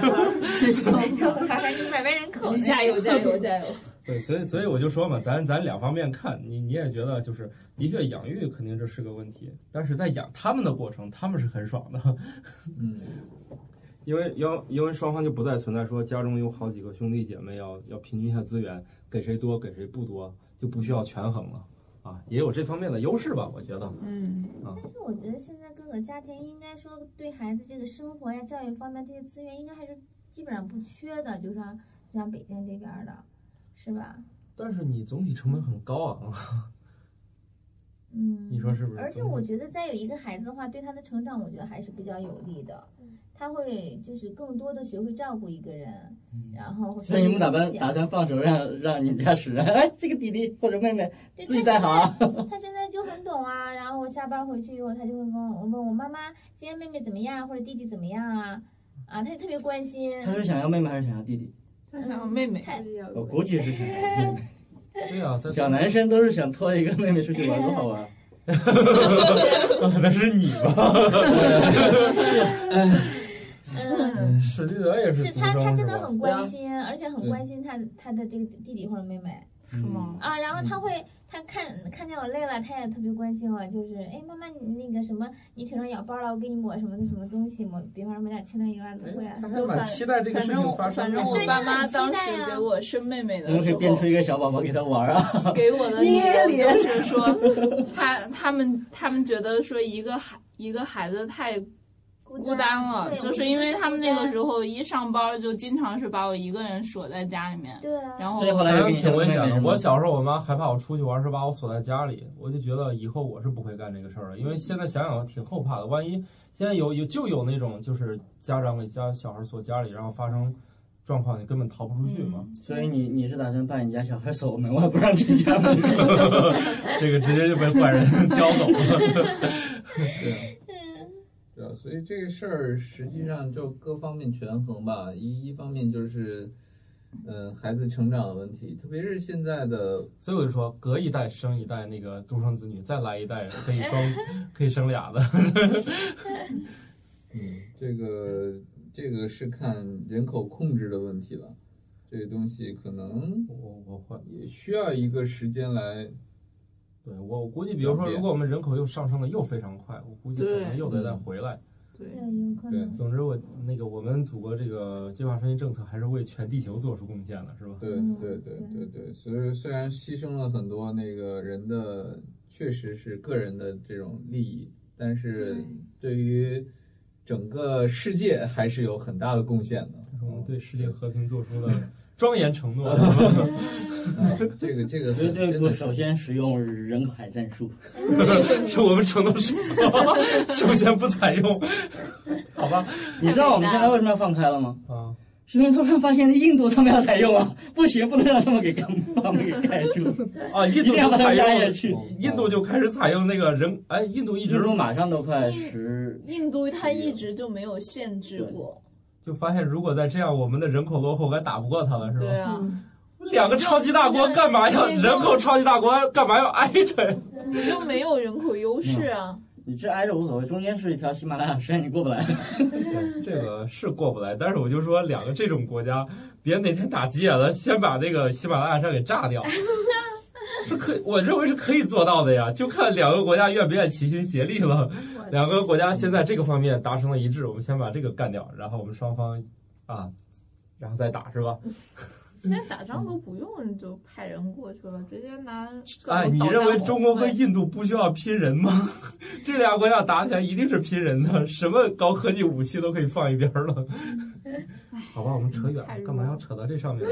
Speaker 1: *laughs*
Speaker 9: 小孩还是买卖人口呢，
Speaker 3: *laughs* 加油加油
Speaker 9: *laughs*
Speaker 3: 加油！
Speaker 1: 对，所以所以我就说嘛，咱咱两方面看，你你也觉得就是的确养育肯定这是个问题，但是在养他们的过程，他们是很爽的。
Speaker 2: 嗯，
Speaker 1: 因为要因为双方就不再存在说家中有好几个兄弟姐妹要要平均一下资源，给谁多给谁不多，就不需要权衡了啊，也有这方面的优势吧，我觉得。
Speaker 3: 嗯，
Speaker 9: 但是我觉得现在各个家庭应该说对孩子这个生活呀、教育方面这些资源应该还是基本上不缺的，就像就像北京这边儿的，是吧？
Speaker 1: 但是你总体成本很高昂啊，
Speaker 9: 嗯，
Speaker 1: 你说是不是？
Speaker 9: 而且我觉得再有一个孩子的话，对他的成长，我觉得还是比较有利的。他会就是更多的学会照顾一个人，然后会
Speaker 7: 嗯所以你们打算
Speaker 9: 想
Speaker 7: 打算放手让让你们家使人？哎，这个弟弟或者妹妹
Speaker 9: 对
Speaker 7: 自己带好啊。
Speaker 9: 他现在就很懂啊，然后我下班回去以后，他就会问我问我妈妈今天妹妹怎么样，或者弟弟怎么样啊，啊，他就特别关心。
Speaker 7: 他是想要妹妹还是想要弟弟？
Speaker 3: 他想要嗯妹妹，
Speaker 9: 太
Speaker 8: 嗯
Speaker 7: 我估计是想要妹妹。
Speaker 1: 对啊，在
Speaker 7: 小男生都是想拖一个妹妹出去玩，多好玩。
Speaker 1: 那是你吧？
Speaker 9: 嗯，
Speaker 1: 史蒂德也
Speaker 9: 是
Speaker 1: 独
Speaker 9: 他他
Speaker 1: 生是
Speaker 9: 真的
Speaker 1: 吧？
Speaker 9: 很
Speaker 7: 啊
Speaker 9: 关心，而且很关心他他的这个弟弟或者妹妹
Speaker 3: 是吗？
Speaker 9: 啊，然后
Speaker 7: 嗯
Speaker 9: 他会。他看看见我累了，他也特别关心我，就是哎，妈妈，你那个什么，你腿上咬包了，我给你抹什么什么东西，抹，比方说抹点清凉油
Speaker 3: 哎
Speaker 9: 啊，芦荟啊。
Speaker 1: 哎他还蛮期待这个
Speaker 3: 反
Speaker 1: 事
Speaker 3: 正
Speaker 1: 情
Speaker 3: 我
Speaker 1: 发
Speaker 3: 反
Speaker 1: 生的
Speaker 3: 正我
Speaker 9: 对
Speaker 3: 爸
Speaker 9: 他
Speaker 3: 妈
Speaker 9: 很期
Speaker 3: 当
Speaker 9: 待
Speaker 3: 时
Speaker 9: 啊
Speaker 3: 给我生妹妹的
Speaker 7: 我们可
Speaker 3: 时
Speaker 7: 以嗯变出
Speaker 3: 候，
Speaker 7: 一个小宝宝给他玩啊。
Speaker 3: 给我的理
Speaker 7: 捏
Speaker 3: 由
Speaker 7: 脸
Speaker 3: 就是说， *laughs* 他他们他们觉得说一个孩一个孩子太孤单了，
Speaker 9: 对
Speaker 3: 就是因为他们那个时候一上班就经常是把我一个人锁在家里面，
Speaker 9: 对啊，
Speaker 3: 然后
Speaker 7: 所以后来又给你
Speaker 1: 挺
Speaker 7: 生
Speaker 1: 危
Speaker 7: 妹妹
Speaker 1: 险
Speaker 7: 是
Speaker 1: 的。
Speaker 7: 吗
Speaker 1: 我小时候，我妈害怕我出去玩，是把我锁在家里。我就觉得以后我是不会干这个事儿了，因为现在想想挺后怕的。万一现在有有就有那种就是家长给家小孩锁家里，然后发生状况，你根本逃不出去嘛。
Speaker 3: 嗯
Speaker 7: 所以你你是打算把你家小孩锁门外不让进家门？ *laughs*
Speaker 1: *laughs* 这个直接就被坏人 *laughs* 叼走了。
Speaker 2: 对啊，对啊，所以这个事儿实际上就各方面权衡吧。一一方面就是，嗯，孩子成长的问题，特别是现在的
Speaker 1: 所以我就说，隔一代生一代，那个独生子女再来一代可以双可以生俩的。 *laughs*
Speaker 2: 嗯，这个这个是看人口控制的问题了，这个东西可能
Speaker 1: 我我会。
Speaker 2: 也需要一个时间来。
Speaker 7: 嗯
Speaker 1: 对我，我估计，比如说，如果我们人口又上升的又非常快，我估计可能又得再回来。
Speaker 2: 对，
Speaker 3: 对，
Speaker 11: 有可能。
Speaker 1: 总之我那个我们祖国这个计划生育政策还是为全地球做出贡献了，是吧？
Speaker 2: 对对对嗯对对，所以虽然牺牲了很多那个人的，确实是个人的这种利益，但是对于整个世界还是有很大的贡献的。
Speaker 1: 我们对世界和平做出了庄严承诺。 *laughs*
Speaker 2: 啊这个这个
Speaker 7: 所以这个首先使用人海战 *laughs* 术，
Speaker 1: 是我们承诺是首先不采用，好吧？
Speaker 7: 你知道我们现在为什么要放开了吗？
Speaker 1: 啊，
Speaker 7: 是因为突然发现印度他们要采用啊，不行，不能让他们给干，把他们给盖住
Speaker 1: 啊！印度
Speaker 7: 一定要把他
Speaker 1: 采
Speaker 7: 们压
Speaker 1: 用
Speaker 7: 下去，嗯
Speaker 1: 印度就开始采用那个人，哎，印度一直
Speaker 7: 都马上都快十，
Speaker 3: 印度它一直就没有限制过，
Speaker 1: 就发现如果再这样，我们的人口落后还打不过他了，是吧？
Speaker 3: 对啊。
Speaker 1: 两个超级大国干嘛要人口超级大国干嘛要挨着？
Speaker 3: 你 *laughs* 就没有人口优势啊。
Speaker 1: 嗯
Speaker 7: 你这挨着无所谓，中间是一条喜马拉雅山，你过不来。
Speaker 1: 这个是过不来，但是我就说两个这种国家，别哪天打急眼了，先把那个喜马拉雅山给炸掉，是可我认为是可以做到的呀，就看两个国家愿不愿意齐心协力了。两个国家现在这个方面达成了一致，我们先把这个干掉，然后我们双方啊，然后再打是吧？
Speaker 3: 现在打仗都不用就派人过去了，直接拿各种
Speaker 1: 哎，你
Speaker 3: 导弹
Speaker 1: 认为
Speaker 3: 往
Speaker 1: 中国
Speaker 3: 回
Speaker 1: 跟印度不需要拼人吗？ *laughs* 这俩国家打起来一定是拼人的，什么高科技武器都可以放一边儿了。 *laughs* 好吧，我们扯远了，干嘛要扯到这上面来？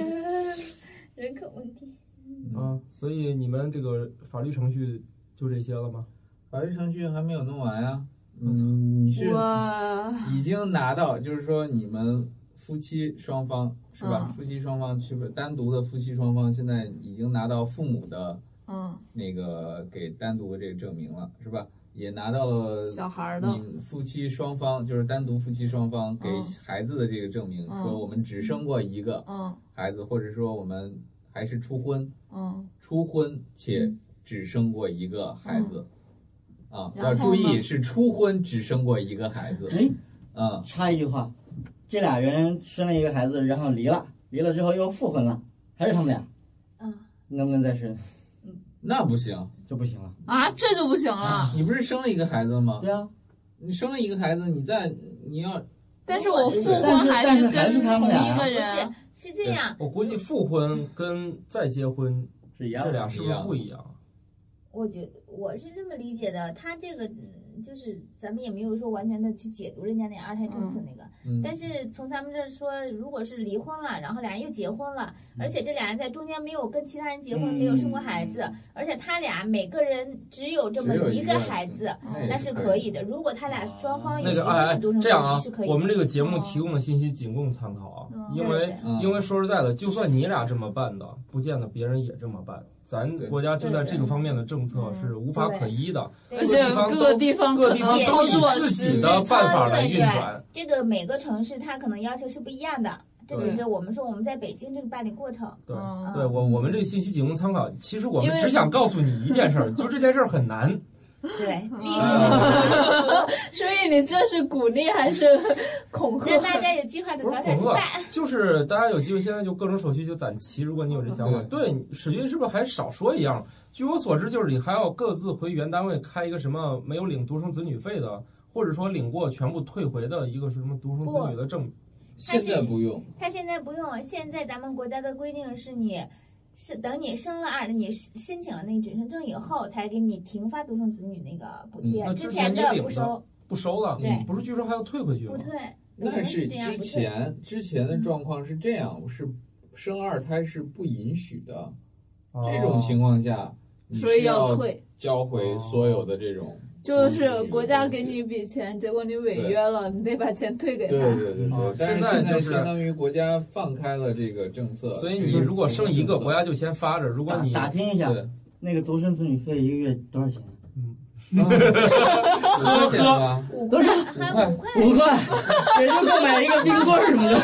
Speaker 9: *laughs*
Speaker 11: 人口问题。
Speaker 2: 嗯
Speaker 1: 啊，所以你们这个法律程序就这些了吗？
Speaker 2: 法律程序还没有弄完呀、嗯，你是
Speaker 3: 哇
Speaker 2: 已经拿到，就是说你们夫妻双方是吧？
Speaker 3: 嗯
Speaker 2: 夫妻双方是不是单独的夫妻双方现在已经拿到父母的
Speaker 3: 嗯
Speaker 2: 那个给单独的这个证明了，是吧？也拿到了
Speaker 3: 小孩儿的
Speaker 2: 你们夫妻双方就是单独夫妻双方给
Speaker 3: 嗯
Speaker 2: 孩子的这个证明，
Speaker 3: 嗯
Speaker 2: 说我们只生过一个
Speaker 3: 嗯
Speaker 2: 孩子，或者说我们还是初婚，
Speaker 3: 嗯
Speaker 2: 初婚且只生过一个孩子，啊，要
Speaker 7: 然后
Speaker 2: 注
Speaker 7: 呢
Speaker 2: 意是初婚只生过一个孩子，
Speaker 7: 哎，
Speaker 2: 嗯，
Speaker 7: 插一句话，这俩人生了一个孩子，然后离了，离了之后又复婚了，还是他们俩，
Speaker 11: 嗯，
Speaker 7: 能不能再生？
Speaker 2: 那不行，
Speaker 7: 就不行了。
Speaker 3: 啊，这就不行 *laughs* 了。
Speaker 2: 你不是生了一个孩子吗？
Speaker 7: 对啊，
Speaker 2: 你生了一个孩子，你再你要，
Speaker 3: 但是我复婚
Speaker 7: 但是但是
Speaker 3: 是
Speaker 7: 还
Speaker 3: 跟
Speaker 7: 是他
Speaker 3: 同
Speaker 7: 们俩
Speaker 3: 一个
Speaker 9: 不
Speaker 3: 人，
Speaker 9: 是是这样，
Speaker 1: 我估计复婚跟再结婚
Speaker 7: 是一样
Speaker 1: 这
Speaker 7: 的
Speaker 1: 俩是不是不一样？
Speaker 9: 我觉我是这么理解的，他这个嗯就是咱们也没有说完全的去解读人家那二胎政策那个，
Speaker 2: 嗯
Speaker 9: 但是从咱们这儿说，如果是离婚了，然后俩人又结婚了，而且这俩人在中间没有跟其他人结婚，
Speaker 2: 嗯
Speaker 9: 没有生过孩子，而且他俩每个人只有这么
Speaker 2: 只有一
Speaker 9: 个
Speaker 2: 个
Speaker 9: 孩子，
Speaker 2: 那
Speaker 9: 那
Speaker 2: 也
Speaker 9: 是
Speaker 2: 是
Speaker 9: 可
Speaker 2: 可
Speaker 9: 以
Speaker 2: 以
Speaker 9: 的。如果他俩双方有
Speaker 1: 那
Speaker 9: 一
Speaker 1: 个
Speaker 9: 个
Speaker 1: 哎
Speaker 9: 是
Speaker 1: 哎
Speaker 9: 独生，
Speaker 1: 这
Speaker 9: 子
Speaker 1: 样啊
Speaker 9: 女是可以，的。
Speaker 1: 我们这个节目提供的信息仅供参考啊，因为
Speaker 2: 嗯
Speaker 1: 因为说实在的，就算你俩这么办的，不见得别人也这么办。咱国家就在这个方面的政策是
Speaker 3: 嗯
Speaker 1: 无法可依的，
Speaker 9: 对
Speaker 3: 而且各个地方
Speaker 1: 各
Speaker 3: 可
Speaker 1: 地方
Speaker 3: 能
Speaker 1: 都
Speaker 3: 操作
Speaker 1: 以自
Speaker 3: 时
Speaker 1: 己
Speaker 3: 间
Speaker 1: 的办法来运转。
Speaker 9: 这个每个城市它可能要求是不一样的，这只
Speaker 1: 对
Speaker 9: 是我们说我们在北京这个办理过程。
Speaker 1: 对，
Speaker 3: 嗯
Speaker 1: 对我我们这个信息仅供参考。其实我们
Speaker 3: 因为
Speaker 1: 只想告诉你一件事儿，就这件事儿很难。
Speaker 9: *laughs* 对，
Speaker 2: 啊
Speaker 3: 嗯 *laughs* 所以你这是鼓励还是恐吓？
Speaker 9: 让大家有计划的
Speaker 1: 不是
Speaker 9: 早点
Speaker 1: 恐吓
Speaker 9: 去办。，
Speaker 1: 就是大家有机会现在就各种手续就攒齐。如果你有这想法，对，史军是不是还少说一样？据我所知，就是你还要各自回原单位开一个什么没有领独生子女费的，或者说领过全部退回的一个是什么独生子女的证。
Speaker 2: 现在不用，
Speaker 9: 他现在不用，现在咱们国家的规定是你。是等你生了二，你申请了那个准生证以后，才给你停发独生子女那个补贴，
Speaker 1: 嗯那
Speaker 9: 之
Speaker 1: 之前你
Speaker 9: 的
Speaker 1: 领
Speaker 9: 不
Speaker 1: 的
Speaker 9: 收
Speaker 1: 不收了
Speaker 9: 对，
Speaker 1: 不是据说还要退回去吗
Speaker 9: 不？退。每
Speaker 2: 那
Speaker 9: 年
Speaker 2: 是
Speaker 9: 这样
Speaker 2: 之
Speaker 9: 不退
Speaker 2: 前之前的状况是这样，是生二胎是不允许的，
Speaker 1: 哦
Speaker 2: 这种情况下，你
Speaker 3: 所以
Speaker 2: 是
Speaker 3: 要
Speaker 2: 要
Speaker 3: 退
Speaker 2: 交回所有的这种，
Speaker 3: 就是国家给你一笔钱，结果你违约了，你得把钱退给
Speaker 2: 对
Speaker 3: 他。
Speaker 2: 对对
Speaker 1: 哦
Speaker 2: 对，但
Speaker 1: 现
Speaker 2: 是
Speaker 1: 在
Speaker 2: 现
Speaker 1: 就
Speaker 2: 在
Speaker 1: 是
Speaker 2: 相当于国家放开了这个政策，
Speaker 1: 所以
Speaker 2: 这
Speaker 1: 你如果生一个，国家就先发着；如果
Speaker 7: 打
Speaker 1: 你
Speaker 7: 打听一下，
Speaker 2: 对
Speaker 7: 那个独生子女费一个月多少钱？
Speaker 2: 五块钱吧，
Speaker 9: 啊五
Speaker 7: 多少？
Speaker 2: 五块。
Speaker 7: 五
Speaker 1: *laughs*
Speaker 7: 块，也就够买一个冰棍儿什么的。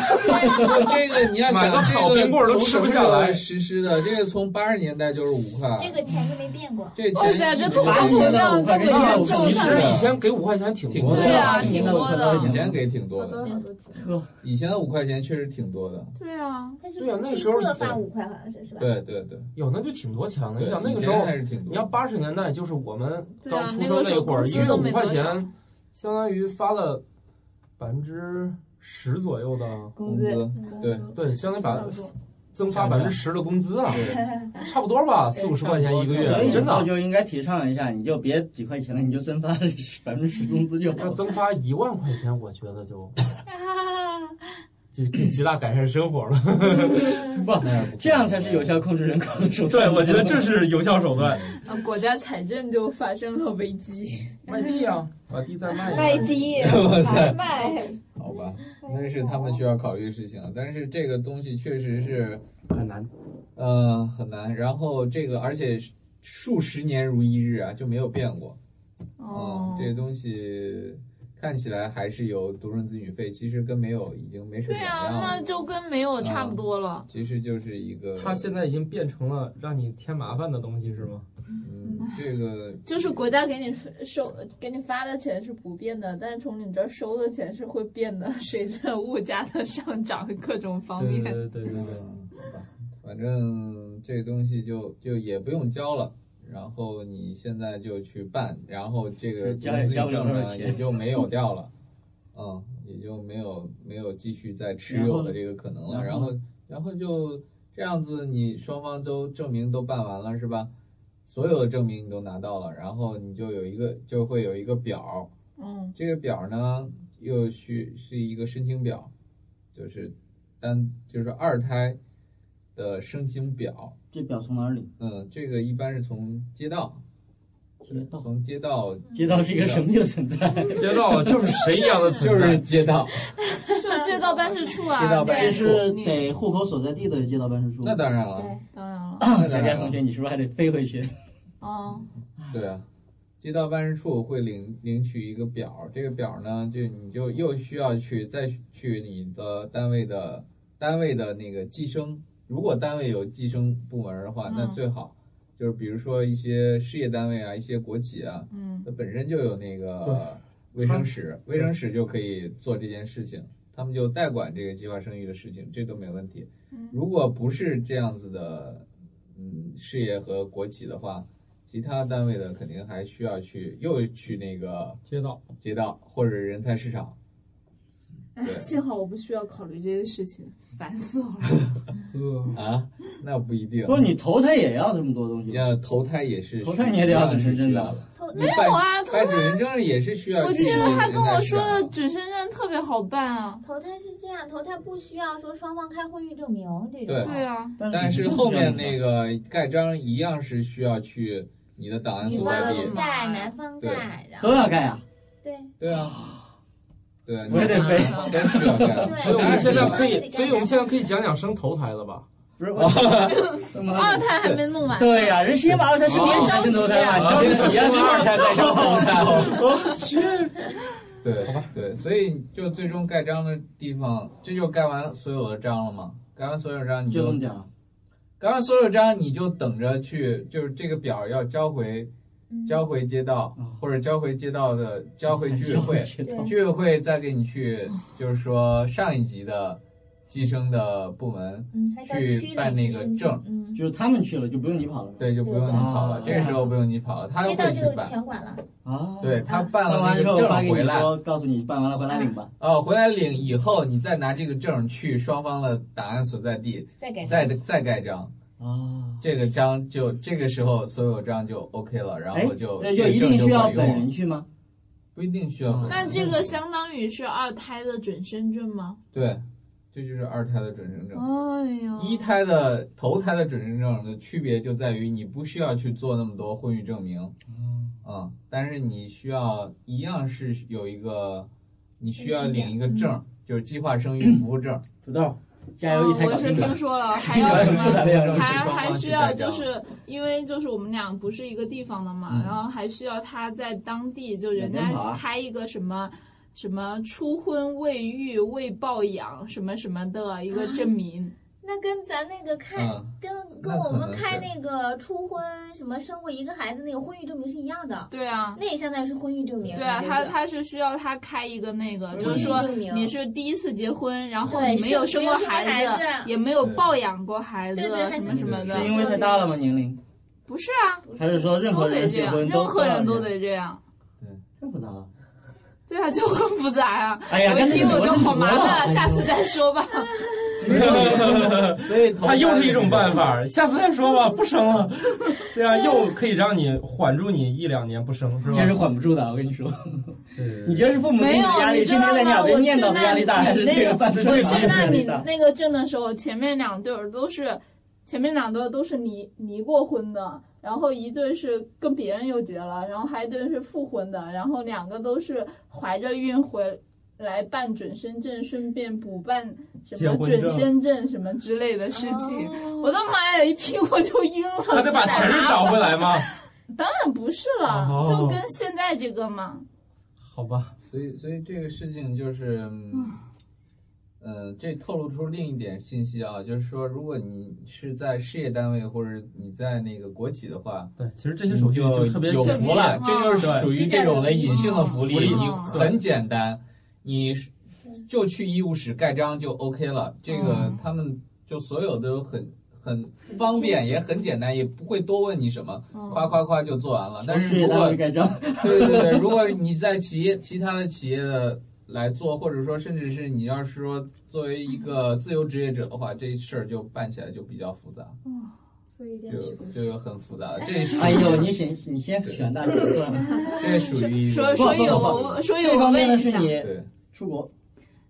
Speaker 2: 这个你要
Speaker 1: 买
Speaker 2: 想
Speaker 1: 个烤冰棍儿都吃不下来
Speaker 2: 这个从什么时候实施的，这个从八十年代就是五块，
Speaker 9: 这个钱就没变过。
Speaker 2: 这
Speaker 3: 哇
Speaker 2: 钱
Speaker 3: 塞，这通
Speaker 7: 八
Speaker 3: 货
Speaker 7: 十
Speaker 3: 膨
Speaker 7: 年代
Speaker 3: 胀这
Speaker 7: 五
Speaker 3: 么
Speaker 7: 块给你
Speaker 3: 严重
Speaker 7: 了
Speaker 1: 其，
Speaker 3: 他
Speaker 1: 实以前给五块钱还挺
Speaker 2: 挺
Speaker 1: 多的。
Speaker 2: 多
Speaker 3: 对啊
Speaker 7: 八十年代五块多少
Speaker 2: 以
Speaker 7: 钱？
Speaker 2: 前给挺多的，
Speaker 8: 多好
Speaker 1: 嗯
Speaker 8: 多钱，
Speaker 2: 以前的五块钱确实挺多的，
Speaker 3: 对啊，
Speaker 9: 它是
Speaker 1: 对啊那
Speaker 9: 夫妻
Speaker 1: 时候
Speaker 9: 各发五块，好像是是吧？
Speaker 2: 对对对，
Speaker 1: 有那就挺多钱了。
Speaker 2: 对
Speaker 1: 你想那
Speaker 2: 以
Speaker 1: 个时
Speaker 2: 前
Speaker 1: 候
Speaker 2: 还是挺多的，
Speaker 1: 你要八十年代，就是我们
Speaker 3: 对啊
Speaker 1: 刚出生那会儿，
Speaker 3: 那个
Speaker 1: 一
Speaker 3: 时
Speaker 1: 个
Speaker 3: 候
Speaker 1: 五
Speaker 3: 工资都没
Speaker 1: 块
Speaker 3: 多少
Speaker 1: 钱，相当于发了百分之十左右的
Speaker 2: 工资工资对
Speaker 3: 嗯
Speaker 1: 对，相当于把
Speaker 2: 差不多
Speaker 1: 增发百分之十的工资啊，差不多吧，四五十块钱一个
Speaker 7: 所以
Speaker 1: 月，
Speaker 7: 以
Speaker 1: 啊真
Speaker 7: 后
Speaker 1: 的
Speaker 7: 就应该提倡一下，你就别几块钱了，你就增发百分之十工资就好
Speaker 1: 要
Speaker 7: 了。
Speaker 1: 增发一万块钱，我觉得 *laughs* 就
Speaker 11: 啊，
Speaker 1: 极极大改善生活了。
Speaker 7: 不，这样才是有效控制人口的手段。
Speaker 1: 嗯对，我觉得这是有效手段。
Speaker 3: 啊，国家财政就发生了危机。
Speaker 1: 卖地啊，把地再卖
Speaker 8: 卖 *laughs* 地
Speaker 2: 哇塞
Speaker 8: 买卖，
Speaker 2: 嗯好吧，
Speaker 3: 哎
Speaker 2: 那是他们需要考虑的事情啊。但是这个东西确实是
Speaker 1: 很难，
Speaker 2: 呃，很难。然后这个，而且数十年如一日啊，就没有变过。
Speaker 3: 哦
Speaker 2: 嗯，这个东西看起来还是有独生子女费，其实跟没有已经没什么
Speaker 3: 对
Speaker 2: 两
Speaker 3: 啊，
Speaker 2: 样嗯
Speaker 3: 那
Speaker 2: 了。
Speaker 3: 就跟没有差不多了。
Speaker 2: 其实就是一个，
Speaker 1: 它现在已经变成了让你添麻烦的东西，是吗？
Speaker 2: 嗯，这个
Speaker 3: 就是国家给你收给你发的钱是不变的，但是从你这儿收的钱是会变的，随着物价的上涨各种方
Speaker 1: 对
Speaker 3: 面。
Speaker 1: 对对对对对。
Speaker 2: 嗯，好吧， *laughs* 反正这个东西就就也不用交了。然后你现在就去办，然后这个
Speaker 7: 是
Speaker 2: 独
Speaker 7: 交也
Speaker 2: 生子
Speaker 7: 交
Speaker 2: 女
Speaker 7: 不了
Speaker 2: 证
Speaker 7: 多少
Speaker 2: 呢
Speaker 7: 钱
Speaker 2: 也就没有掉了，嗯，也就没有没有继续再持
Speaker 7: 然后
Speaker 2: 有
Speaker 7: 呢
Speaker 2: 的这个可能了。然
Speaker 7: 然
Speaker 2: 后
Speaker 7: 后
Speaker 2: 然后就这样子，你双方都证明都办完了是吧？所有的证明你都拿到了，然后你就有一个就会有一个表儿，
Speaker 3: 嗯，
Speaker 2: 这个表儿呢又需是一个申请表，就是单就是二胎的申请表，
Speaker 7: 这表从哪儿领？
Speaker 2: 嗯，这个一般是从街道，
Speaker 7: 街道
Speaker 2: 从街道
Speaker 3: 嗯
Speaker 7: 街道是一个神秘的存
Speaker 3: *laughs*
Speaker 7: 在，
Speaker 1: 街道就是神一样的
Speaker 2: 就
Speaker 1: 存在，
Speaker 2: 是街道，
Speaker 3: 就街道办事处啊，嗯
Speaker 2: 街道办
Speaker 7: 但
Speaker 2: 事处
Speaker 7: 是
Speaker 3: 你
Speaker 7: 得户口所在地的街道办事处。
Speaker 2: 那当然了，
Speaker 9: 对，
Speaker 3: 当然了，
Speaker 2: 那
Speaker 7: 小
Speaker 2: 当
Speaker 7: 佳
Speaker 2: 然
Speaker 7: 同
Speaker 2: 了，啊
Speaker 7: 学，你是不是还得飞回去？
Speaker 3: 嗯，
Speaker 2: 对啊。街道办事处会领领取一个表儿，这个表儿呢，就你就又需要去再去你的单位的单位的那个计生，如果单位有计生部门儿的话，那
Speaker 3: 嗯
Speaker 2: 最好就是比如说一些事业单位啊，一些国企啊，
Speaker 3: 嗯，
Speaker 2: 它本身就有那个
Speaker 1: 对
Speaker 2: 卫生室，卫生室就可以做这件事情，他们就代管这个计划生育的事情，这都没问题
Speaker 3: 嗯。
Speaker 2: 如果不是这样子的，嗯，事业和国企的话，其他单位的肯定还需要去又去那个
Speaker 1: 街道。
Speaker 2: 街道或者人才市场。对
Speaker 3: 哎，幸好我不需要考虑这些事情，烦死我了。
Speaker 1: 呃，
Speaker 2: 啊，那不一定。
Speaker 7: 不是你投胎也要这么多东西吧？
Speaker 2: 要投胎也是需，
Speaker 7: 投胎你也得要很
Speaker 2: 是
Speaker 7: 认
Speaker 2: 需
Speaker 7: 真的
Speaker 2: 要的。
Speaker 9: 偷
Speaker 2: 没
Speaker 3: 没有啊投
Speaker 2: 办准人证也是需要
Speaker 3: 我
Speaker 2: 去
Speaker 3: 记
Speaker 2: 人才市
Speaker 3: 得
Speaker 2: 场。
Speaker 3: 他跟我说的准生证特别好办啊。
Speaker 9: 投胎是这样，投胎不需要说双方开婚育证明这种
Speaker 2: 对。
Speaker 3: 对啊，
Speaker 2: 但是后面那个盖章一样是需要去你的档案
Speaker 9: 女
Speaker 2: 所
Speaker 9: 方
Speaker 2: 在
Speaker 3: 你
Speaker 2: 地
Speaker 3: 发，
Speaker 9: 盖，男方
Speaker 2: 啊对
Speaker 9: 盖，然
Speaker 7: 都
Speaker 9: 后
Speaker 7: 要干
Speaker 2: *laughs*
Speaker 7: 呀，
Speaker 9: 对
Speaker 2: 对啊，对啊，
Speaker 7: 我也得飞。
Speaker 2: 都需要盖。
Speaker 9: 对
Speaker 1: 所以我们现在可
Speaker 9: 对
Speaker 1: 以，所以我们现在可以讲讲生头胎了吧？
Speaker 7: 不是？
Speaker 2: *laughs*
Speaker 7: 怎么
Speaker 3: 二
Speaker 7: 了？
Speaker 3: 胎还没弄完。
Speaker 7: 对呀，人先把二胎生
Speaker 3: 别
Speaker 7: 二胎
Speaker 3: 着
Speaker 7: 生
Speaker 3: 急
Speaker 7: 头胎嘛，
Speaker 2: 啊
Speaker 7: 着
Speaker 2: 先
Speaker 7: 急
Speaker 2: 生
Speaker 7: 啊！
Speaker 2: 二胎再生头胎，
Speaker 1: 我去，
Speaker 2: 对，好吧，对，所以就最终盖章的地方，这就盖完所有的章了嘛。盖完所有章，你
Speaker 7: *laughs* 就这
Speaker 2: 就
Speaker 7: 么点儿，
Speaker 2: 盖完所有章，你就等着去，就是这个表要交回，交回街道
Speaker 7: 嗯
Speaker 2: 或者交回街道的，交
Speaker 7: 哎
Speaker 2: 回居委会。
Speaker 7: 对
Speaker 2: 居委会再给你去，就是说上一级的计生的部门，
Speaker 9: 嗯，还到
Speaker 2: 去
Speaker 9: 区里
Speaker 2: 办那
Speaker 9: 去
Speaker 2: 个
Speaker 9: 申请
Speaker 2: 证，
Speaker 9: 嗯，
Speaker 7: 就是他们去了，就不用你跑了。
Speaker 2: 对，就不用你跑了。
Speaker 7: 啊
Speaker 2: 这个时候不用你跑了，他
Speaker 9: 街道
Speaker 2: 会去
Speaker 9: 就
Speaker 2: 办。
Speaker 9: 全管了。
Speaker 7: 啊，
Speaker 2: 对他办
Speaker 7: 办
Speaker 2: 了
Speaker 7: 完
Speaker 2: 那
Speaker 7: 之
Speaker 2: 个
Speaker 7: 后发
Speaker 2: 证
Speaker 7: 给
Speaker 2: 回
Speaker 7: 你
Speaker 2: 来，
Speaker 7: 说，告诉你办完了回来领吧。
Speaker 2: 哦，回来领以后，你再拿这个证去双方的档案所在地，
Speaker 9: 再改
Speaker 2: 再再盖章。
Speaker 3: 嗯
Speaker 7: 啊，
Speaker 2: 这个章就这个时候所有章就 OK 了，然
Speaker 7: 哎
Speaker 2: 后，就
Speaker 7: 那
Speaker 2: 这
Speaker 7: 就
Speaker 2: 个
Speaker 7: 一
Speaker 2: 证
Speaker 7: 定
Speaker 2: 就
Speaker 7: 需要
Speaker 2: 管
Speaker 7: 本
Speaker 2: 用了
Speaker 7: 人，去吗？
Speaker 2: 不一定需要本人。
Speaker 3: 那这个相当于是二胎的准生证吗？
Speaker 2: 对，这就是二胎的准生证。
Speaker 3: 哎呀，
Speaker 2: 一胎的头胎的准生证的区别就在于你不需要去做那么多婚育证明，嗯，但是你需要一样是有一个，你需要领一个
Speaker 3: 嗯
Speaker 2: 证，就是计划生育服务证，
Speaker 1: 嗯
Speaker 7: 土豆，加油，一
Speaker 3: 嗯，
Speaker 7: 胎
Speaker 3: 我
Speaker 7: 搞
Speaker 3: 是
Speaker 7: 定
Speaker 3: 听
Speaker 7: 吧。
Speaker 3: 说了，还要什么？
Speaker 2: 证
Speaker 3: 还
Speaker 2: 是双
Speaker 3: 还
Speaker 2: 方
Speaker 3: 需
Speaker 2: 去
Speaker 3: 要
Speaker 2: 盖
Speaker 3: 就
Speaker 2: 章。
Speaker 3: 是因为就是我们俩不是一个地方的嘛，
Speaker 2: 嗯
Speaker 3: 然后还需要他在当地就人
Speaker 7: 两边跑
Speaker 3: 家
Speaker 7: 啊
Speaker 3: 开一个什么。什么初婚未育未抱养什么什么的一个证明，
Speaker 9: 那跟咱那个看，
Speaker 2: 嗯
Speaker 9: 跟
Speaker 2: 那
Speaker 9: 跟
Speaker 2: 可
Speaker 9: 我们
Speaker 2: 能
Speaker 9: 开
Speaker 2: 是
Speaker 9: 那个初婚什么生过一个孩子那个婚育证明是一样的，
Speaker 3: 对啊，
Speaker 9: 那也相当于是婚育证明。
Speaker 3: 对啊，
Speaker 9: 就是
Speaker 3: 他他是需要他开一个那个，
Speaker 2: 嗯
Speaker 3: 就是说
Speaker 9: 婚育证明
Speaker 3: 你是第一次结婚，然后
Speaker 9: 对
Speaker 3: 你没有
Speaker 9: 是
Speaker 3: 生
Speaker 9: 没
Speaker 3: 过
Speaker 9: 有生过
Speaker 3: 孩
Speaker 9: 孩
Speaker 3: 子，
Speaker 9: 子
Speaker 3: 也没有抱养过孩子，
Speaker 9: 对对
Speaker 3: 什么什么
Speaker 2: 对
Speaker 7: 是
Speaker 3: 的，
Speaker 7: 因为太大了吗？年龄？
Speaker 3: 不是啊，
Speaker 9: 不
Speaker 7: 还是说任
Speaker 3: 都
Speaker 7: 何
Speaker 3: 得
Speaker 7: 人
Speaker 3: 这
Speaker 7: 结
Speaker 3: 样，
Speaker 7: 婚都
Speaker 3: 任何人都
Speaker 7: 这样
Speaker 3: 得这样。
Speaker 7: 太复杂了。
Speaker 3: 对啊，就很复杂呀、啊。
Speaker 7: 哎呀
Speaker 3: 我
Speaker 7: 跟
Speaker 3: 一
Speaker 7: 这
Speaker 3: 听
Speaker 7: 个
Speaker 3: 我
Speaker 7: 没
Speaker 3: 就
Speaker 7: 问题
Speaker 3: 好麻
Speaker 7: 了
Speaker 3: 烦，啊
Speaker 7: 哎
Speaker 3: 下
Speaker 7: 呦
Speaker 3: 次再说吧。
Speaker 2: 所以
Speaker 1: 它又是一种办法，下次再说吧，不生了。这样又可以让你缓住你一两年不生，是吧？
Speaker 7: 这是缓不住的，我跟你说。你觉得是父母给
Speaker 3: 没
Speaker 7: 你
Speaker 3: 有
Speaker 7: 的压，力，
Speaker 3: 你知
Speaker 7: 天
Speaker 3: 道
Speaker 7: 天在你
Speaker 3: 吗？
Speaker 7: 耳
Speaker 3: 我
Speaker 7: 边
Speaker 3: 去
Speaker 7: 念叨的压
Speaker 3: 纳
Speaker 7: 力大，还
Speaker 3: 米
Speaker 7: 是 *laughs* 这
Speaker 3: 那
Speaker 7: 个办
Speaker 3: 个，
Speaker 7: 事
Speaker 3: 我
Speaker 7: 情
Speaker 3: 去纳
Speaker 7: 压力
Speaker 3: 米
Speaker 7: 大？
Speaker 3: 那个镇的时候，前面两对儿都是，前面两对儿都是离离过婚的，然后一对是跟别人又结了，然后还一对是复婚的，然后两个都是怀着孕回。来办准生证，顺便补办什
Speaker 1: 结
Speaker 3: 么
Speaker 1: 婚
Speaker 3: 准
Speaker 1: 证
Speaker 3: 生证什么之类的事情，
Speaker 9: 哦
Speaker 3: 我的妈呀！一听我就晕
Speaker 1: *laughs*
Speaker 3: 了。
Speaker 1: 还得把
Speaker 3: 这太
Speaker 1: 前任
Speaker 3: 麻
Speaker 1: 找
Speaker 3: 烦
Speaker 1: 回来吗？
Speaker 3: 当然不是了，
Speaker 1: 哦
Speaker 3: 就跟现在这个嘛。
Speaker 1: *laughs* 好吧，
Speaker 2: 所以，所以这个事情就是，嗯呃，这透露出另一点信息啊，就是说，如果你是在事业单位或者你在那个国企的话，
Speaker 1: 对，其实这些手续
Speaker 2: 就
Speaker 1: 特别啊
Speaker 2: 有福 *laughs* 了，哎这就是
Speaker 1: 对嗯
Speaker 2: 属于这种的隐性的福利，
Speaker 1: 福利
Speaker 2: 你很简单，你就去医务室盖章就 OK 了。这
Speaker 1: 嗯
Speaker 2: 个他们就所有都很很方便，也很简单，也不会多问你什么，
Speaker 3: 哦
Speaker 1: 嗯
Speaker 3: 嗯
Speaker 7: 哦
Speaker 2: 夸夸夸就做完了。但
Speaker 7: 事
Speaker 2: 是
Speaker 7: 业
Speaker 2: 如
Speaker 7: 单
Speaker 2: 果
Speaker 7: 位盖章，
Speaker 2: 对对对，如果你在企业其他的企业的来做，或者说甚至是你要是说作为一个自由职业者的话，这事儿就办起来就比较复杂，
Speaker 8: 哦所以一定要去
Speaker 2: 就
Speaker 8: 公司。
Speaker 2: 就很复杂。
Speaker 1: *laughs*
Speaker 2: 这属于
Speaker 7: 哎呦，你选你先选大学算了。
Speaker 2: 这属于
Speaker 7: 不
Speaker 12: 说
Speaker 7: 不
Speaker 12: 说
Speaker 7: 不
Speaker 12: 有
Speaker 7: 不
Speaker 12: 我说有
Speaker 7: 这
Speaker 12: 我
Speaker 7: 方面
Speaker 12: 问一
Speaker 7: 的是
Speaker 12: 下，
Speaker 7: 你
Speaker 2: 对
Speaker 7: 出国，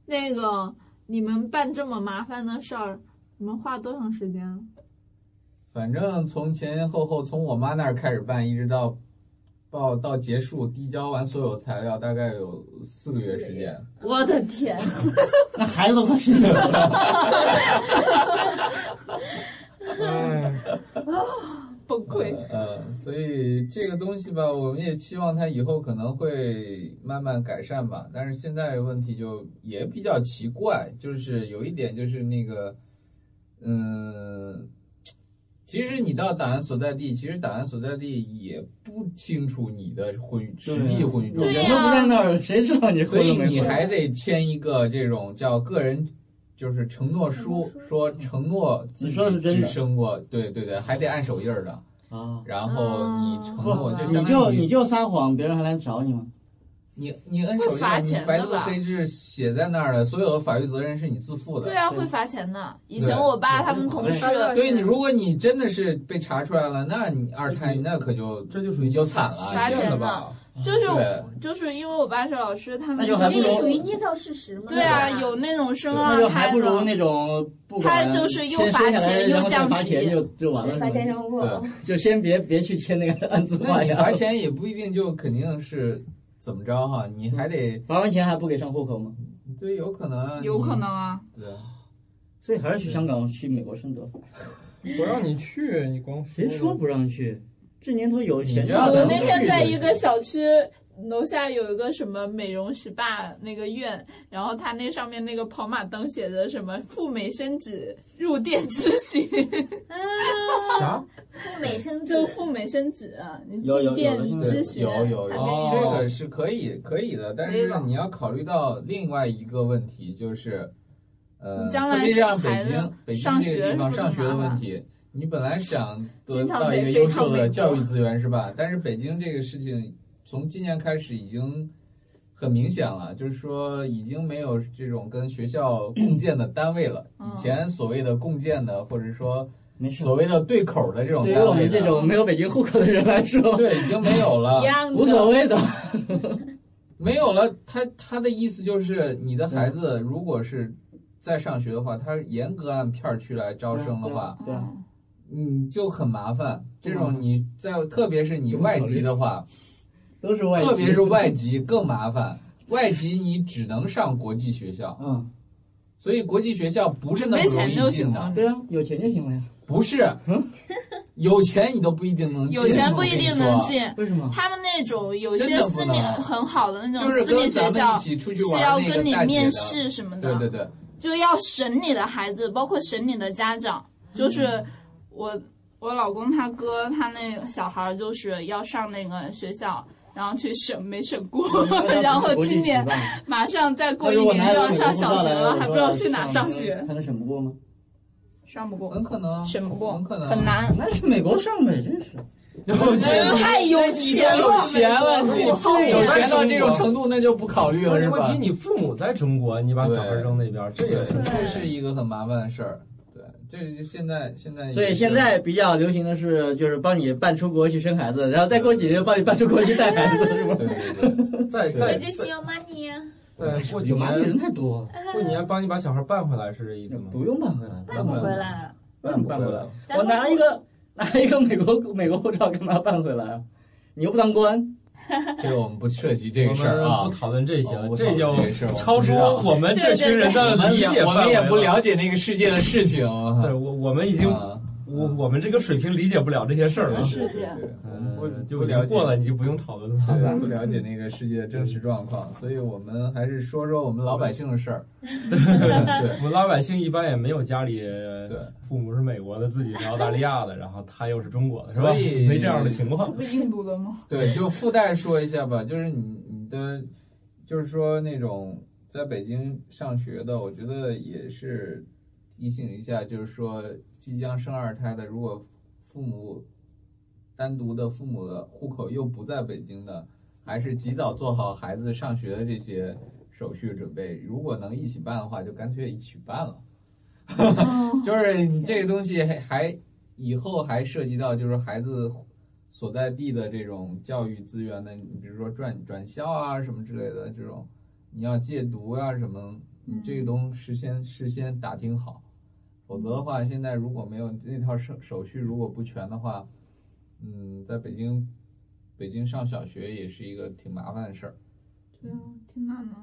Speaker 12: 那个你们办这么麻烦的事儿，你们花多长时间？
Speaker 2: 反正从前前后后从我妈那儿开始办，一直到报到结束递交完所有材料，大概有四个月时间。
Speaker 12: 我的
Speaker 3: *laughs*
Speaker 12: 天，
Speaker 7: 那孩子都快生了。
Speaker 1: 嗯
Speaker 2: 哎，
Speaker 12: 崩溃。
Speaker 2: 呃，所以这个东西吧，我们也期望它以后可能会慢慢改善吧。但是现在问题就也比较奇怪，就是有一点就是那个，嗯，其实你到档案所在地，其实档案所在地也不清楚你的婚
Speaker 7: *laughs*
Speaker 2: 实
Speaker 7: 啊
Speaker 2: 际婚育状
Speaker 7: 人
Speaker 2: 况
Speaker 7: 都不在那儿，谁知道你
Speaker 2: 所
Speaker 7: 婚了
Speaker 2: 以
Speaker 7: 没婚？
Speaker 2: 你还得签一个这种叫个人，就是承诺书，说承诺自己
Speaker 7: 你说的是真
Speaker 2: 只
Speaker 7: 的
Speaker 2: 生过，对对对，还得按手印儿的。
Speaker 7: 啊，
Speaker 2: 然后
Speaker 3: 嗯
Speaker 2: 你承诺，就
Speaker 7: 你
Speaker 2: 相
Speaker 7: 就
Speaker 2: 当
Speaker 7: 你
Speaker 2: 于
Speaker 7: 就撒谎，别人还来找你吗？
Speaker 2: 你你摁手
Speaker 3: 会
Speaker 2: 印
Speaker 3: 罚
Speaker 2: 儿，你
Speaker 3: 钱的
Speaker 2: 白字
Speaker 3: 吧
Speaker 2: 黑字写在那儿的，所有的法律责任是你自负的。
Speaker 3: 对啊，会罚钱的。以前我爸他们同事，
Speaker 2: 对你，如果你真的是被查出来了，那你二胎那可就这就属于就惨了，
Speaker 3: 罚
Speaker 2: 这样
Speaker 3: 钱
Speaker 2: 吧？
Speaker 3: 就是
Speaker 2: 对
Speaker 3: 就是因为我爸是老师，他们
Speaker 7: 那就还不
Speaker 9: 这
Speaker 7: 如
Speaker 9: 个属于捏造事实吗？
Speaker 3: 对啊，有那种生
Speaker 7: 那就
Speaker 3: 二
Speaker 7: 还
Speaker 3: 胎
Speaker 7: 不如
Speaker 3: 的，
Speaker 7: 那种不
Speaker 3: 啊他
Speaker 7: 管，
Speaker 3: 就是又
Speaker 7: 先
Speaker 3: 罚
Speaker 7: 生下来
Speaker 3: 钱
Speaker 7: 然
Speaker 3: 又
Speaker 7: 后再
Speaker 3: 降
Speaker 7: 罚
Speaker 3: 级
Speaker 7: 钱就就完了，
Speaker 9: 发现
Speaker 7: 是吧
Speaker 9: 生过，
Speaker 7: 就先别别去签那个案子
Speaker 2: 那
Speaker 7: 化
Speaker 2: 你
Speaker 7: 呀。
Speaker 2: 罚钱也不一定就肯定是怎么着哈，你还得
Speaker 7: 罚完钱还不给上户口吗？
Speaker 2: 对，有可能啊，
Speaker 3: 有可
Speaker 2: 你
Speaker 3: 能啊。
Speaker 2: 对啊。
Speaker 7: 所以还是去香港、去美国生活。
Speaker 1: 不让你去，你光说
Speaker 7: 谁说不让去？这年头有钱
Speaker 2: 你知
Speaker 7: 就
Speaker 2: 道
Speaker 7: 能
Speaker 3: 我
Speaker 2: 咱
Speaker 3: 那
Speaker 2: 们
Speaker 3: 天
Speaker 2: 去
Speaker 3: 在
Speaker 2: 就
Speaker 3: 一
Speaker 2: 行
Speaker 3: 个小区楼下有一个什么美容 SPA 那个院，然后它那上面那个跑马灯写着什么“赴美生子，入店咨询
Speaker 2: *laughs*
Speaker 1: *laughs* 啥？
Speaker 9: 赴美生”，
Speaker 3: 就
Speaker 9: 子，
Speaker 3: 赴美生子，你
Speaker 7: 有有
Speaker 3: 进
Speaker 7: 有
Speaker 3: 店
Speaker 7: 的现在
Speaker 3: 咨询，
Speaker 2: 有有有，
Speaker 3: 还
Speaker 1: 哦
Speaker 3: 可以
Speaker 2: 这个是可以可以的，但
Speaker 3: 可以
Speaker 2: 是
Speaker 3: 的
Speaker 2: 你要考虑到另外一个问题，就是，呃，
Speaker 3: 你将来
Speaker 2: 特别像北
Speaker 3: 孩子
Speaker 2: 京北京
Speaker 3: 上
Speaker 2: 这
Speaker 3: 学
Speaker 2: 个
Speaker 3: 是
Speaker 2: 地
Speaker 3: 不
Speaker 2: 方
Speaker 3: 是
Speaker 2: 上学的
Speaker 3: 麻烦
Speaker 2: 问题，你本来
Speaker 3: *laughs*
Speaker 2: 想得
Speaker 3: 经常
Speaker 2: 到一
Speaker 3: 得
Speaker 2: 个
Speaker 3: 飞
Speaker 2: 优
Speaker 3: 趟
Speaker 2: 秀
Speaker 3: 美
Speaker 2: 的教
Speaker 3: 国
Speaker 2: 育资源是吧？但是北京这个事情从今年开始已经很明显了，就是说已经没有这种跟学
Speaker 3: *clears throat*
Speaker 2: 校共建的单位了。
Speaker 3: 嗯
Speaker 2: 以前所谓的共建的，或者说
Speaker 7: 没事。
Speaker 2: 所谓的对口儿的这种
Speaker 7: 对于
Speaker 2: 单
Speaker 7: 我
Speaker 2: 位
Speaker 7: 们这
Speaker 2: 呢，
Speaker 7: 种没有北京户口的人来说，
Speaker 2: 对，已经没有了
Speaker 9: 一。
Speaker 1: 啊
Speaker 9: 样的，
Speaker 7: 无所谓的。
Speaker 2: 啊没有了，他他的意思就是，你的孩子如果是在上学的话，他严格按片儿区来招生的话，
Speaker 7: 对啊，
Speaker 3: 嗯
Speaker 2: 你就很麻烦。这
Speaker 7: 嗯
Speaker 2: 种你在特别是你外籍的话，
Speaker 7: 都是外籍，
Speaker 2: 特别是外籍更麻烦。外籍你只能上国际学校，
Speaker 7: 嗯，
Speaker 2: 所以国际学校不是那么
Speaker 3: 没钱
Speaker 2: 容
Speaker 3: 就行
Speaker 2: 易进
Speaker 3: 了嗯
Speaker 2: 的，
Speaker 7: 对啊，有钱就行了呀。
Speaker 2: 不是。有钱你都不一定能进，
Speaker 3: 有钱
Speaker 2: 我
Speaker 3: 不
Speaker 2: 跟
Speaker 3: 一
Speaker 2: 你
Speaker 3: 定
Speaker 2: 说啊嗯
Speaker 3: 能。进。
Speaker 7: 为什么？
Speaker 3: 他们那种有
Speaker 2: 真
Speaker 3: 些
Speaker 2: 的不
Speaker 3: 私
Speaker 2: 能啊
Speaker 3: 立很好的那种
Speaker 2: 就是
Speaker 3: 私立
Speaker 2: 跟
Speaker 3: 学
Speaker 2: 咱们
Speaker 3: 校
Speaker 2: 一起出去
Speaker 3: 是要
Speaker 2: 玩那个
Speaker 3: 跟你
Speaker 2: 大姐
Speaker 3: 面
Speaker 2: 的
Speaker 3: 试什么的，
Speaker 2: 对对对，
Speaker 3: 就要审你的孩子，包括审你的家长。就是我我老公他哥他那个小孩儿就是要上那个学校，然后去审没审过， *laughs* *laughs* 然后今年马上再过一年就要上小学了，还不知道去哪上学，嗯
Speaker 7: 才能审不过吗？
Speaker 3: 上不过，
Speaker 2: 很可能啊，
Speaker 3: 审不过
Speaker 2: 很可能啊
Speaker 3: 很难。
Speaker 7: 那去美国上呗，真是。
Speaker 2: 有钱
Speaker 1: *laughs*
Speaker 12: 太有钱了
Speaker 2: 有钱了，
Speaker 12: 美
Speaker 2: 你
Speaker 12: 国
Speaker 2: 父母有钱到这种程度，那就不考虑了，
Speaker 1: *laughs* 但
Speaker 2: 是
Speaker 1: 是问
Speaker 2: 吧
Speaker 1: 题？你父母在中国，你把小孩扔那边，这
Speaker 2: 对
Speaker 1: 也，
Speaker 2: 这是一个很麻烦的事儿。对，这就现在现在也是，
Speaker 7: 所以现在比较流行的是，就是帮你办出国去生孩子，然后再过几年帮你办出国去带孩子， *laughs* 是吗？
Speaker 2: 对对
Speaker 1: 对，在在
Speaker 9: 这就需要 money 呀。
Speaker 1: 在过几
Speaker 7: 有麻
Speaker 1: 年
Speaker 7: 烦人太多了，
Speaker 1: 过年帮你把小孩办回来是这意思吗？
Speaker 7: 不用办回来，
Speaker 9: 办 *laughs* 不回来了。
Speaker 7: 办不回来了。
Speaker 9: 咱
Speaker 7: 我
Speaker 9: 们
Speaker 7: 拿一个 *laughs* 拿一个美国美国护照干嘛办回来啊？你又不当官，
Speaker 2: 这个我们不涉及这个事儿啊
Speaker 1: 我们不，讨论这些
Speaker 2: 哦
Speaker 1: 了，
Speaker 2: 不讨
Speaker 1: 这
Speaker 2: 论
Speaker 1: 就
Speaker 2: 这事儿我
Speaker 1: 超
Speaker 2: 不知
Speaker 1: 出
Speaker 2: 道
Speaker 1: 我们这群人的
Speaker 2: 我们
Speaker 1: 理
Speaker 2: 也
Speaker 1: 解
Speaker 2: 我
Speaker 1: 范围
Speaker 2: 们也不
Speaker 1: 了
Speaker 2: 了解那个世界的事情。
Speaker 1: 对我我们已经
Speaker 2: 啊
Speaker 1: 我我们这个水平理解不了这些事儿了。
Speaker 12: 世界
Speaker 2: 对
Speaker 1: 嗯
Speaker 2: 我
Speaker 1: 就
Speaker 2: 不了解
Speaker 1: 过了，你就不用讨论了。
Speaker 2: 对，不了解那个世界的真实状况，所以我们还是说说我们老百姓的事儿。对
Speaker 1: 我们老百姓一般也没有家里
Speaker 2: 对，
Speaker 1: 父母是美国的，自己是澳大利亚的，然后他又是中国的，是吧？
Speaker 2: 所以
Speaker 1: 没这样的情况。
Speaker 3: 不是印度的吗？
Speaker 2: 对，就附带说一下吧，就是你你的，就是说那种在北京上学的，我觉得也是提醒一下，就是说即将生二胎的，如果父母单独的父母的户口又不在北京的，还是及早做好孩子上学的这些手续准备。如果能一起办的话，就干脆一起办了。
Speaker 12: 哦
Speaker 2: *laughs* 就是你这个东西还还以后还涉及到就是孩子所在地的这种教育资源的，你比如说转转校啊什么之类的这种，你要戒毒啊什么，你这个东西事先事先打听好，否则的话，现在如果没有那套手手续如果不全的话，嗯，在北京北京上小学也是一个挺麻烦的事儿，
Speaker 3: 对啊，挺难的。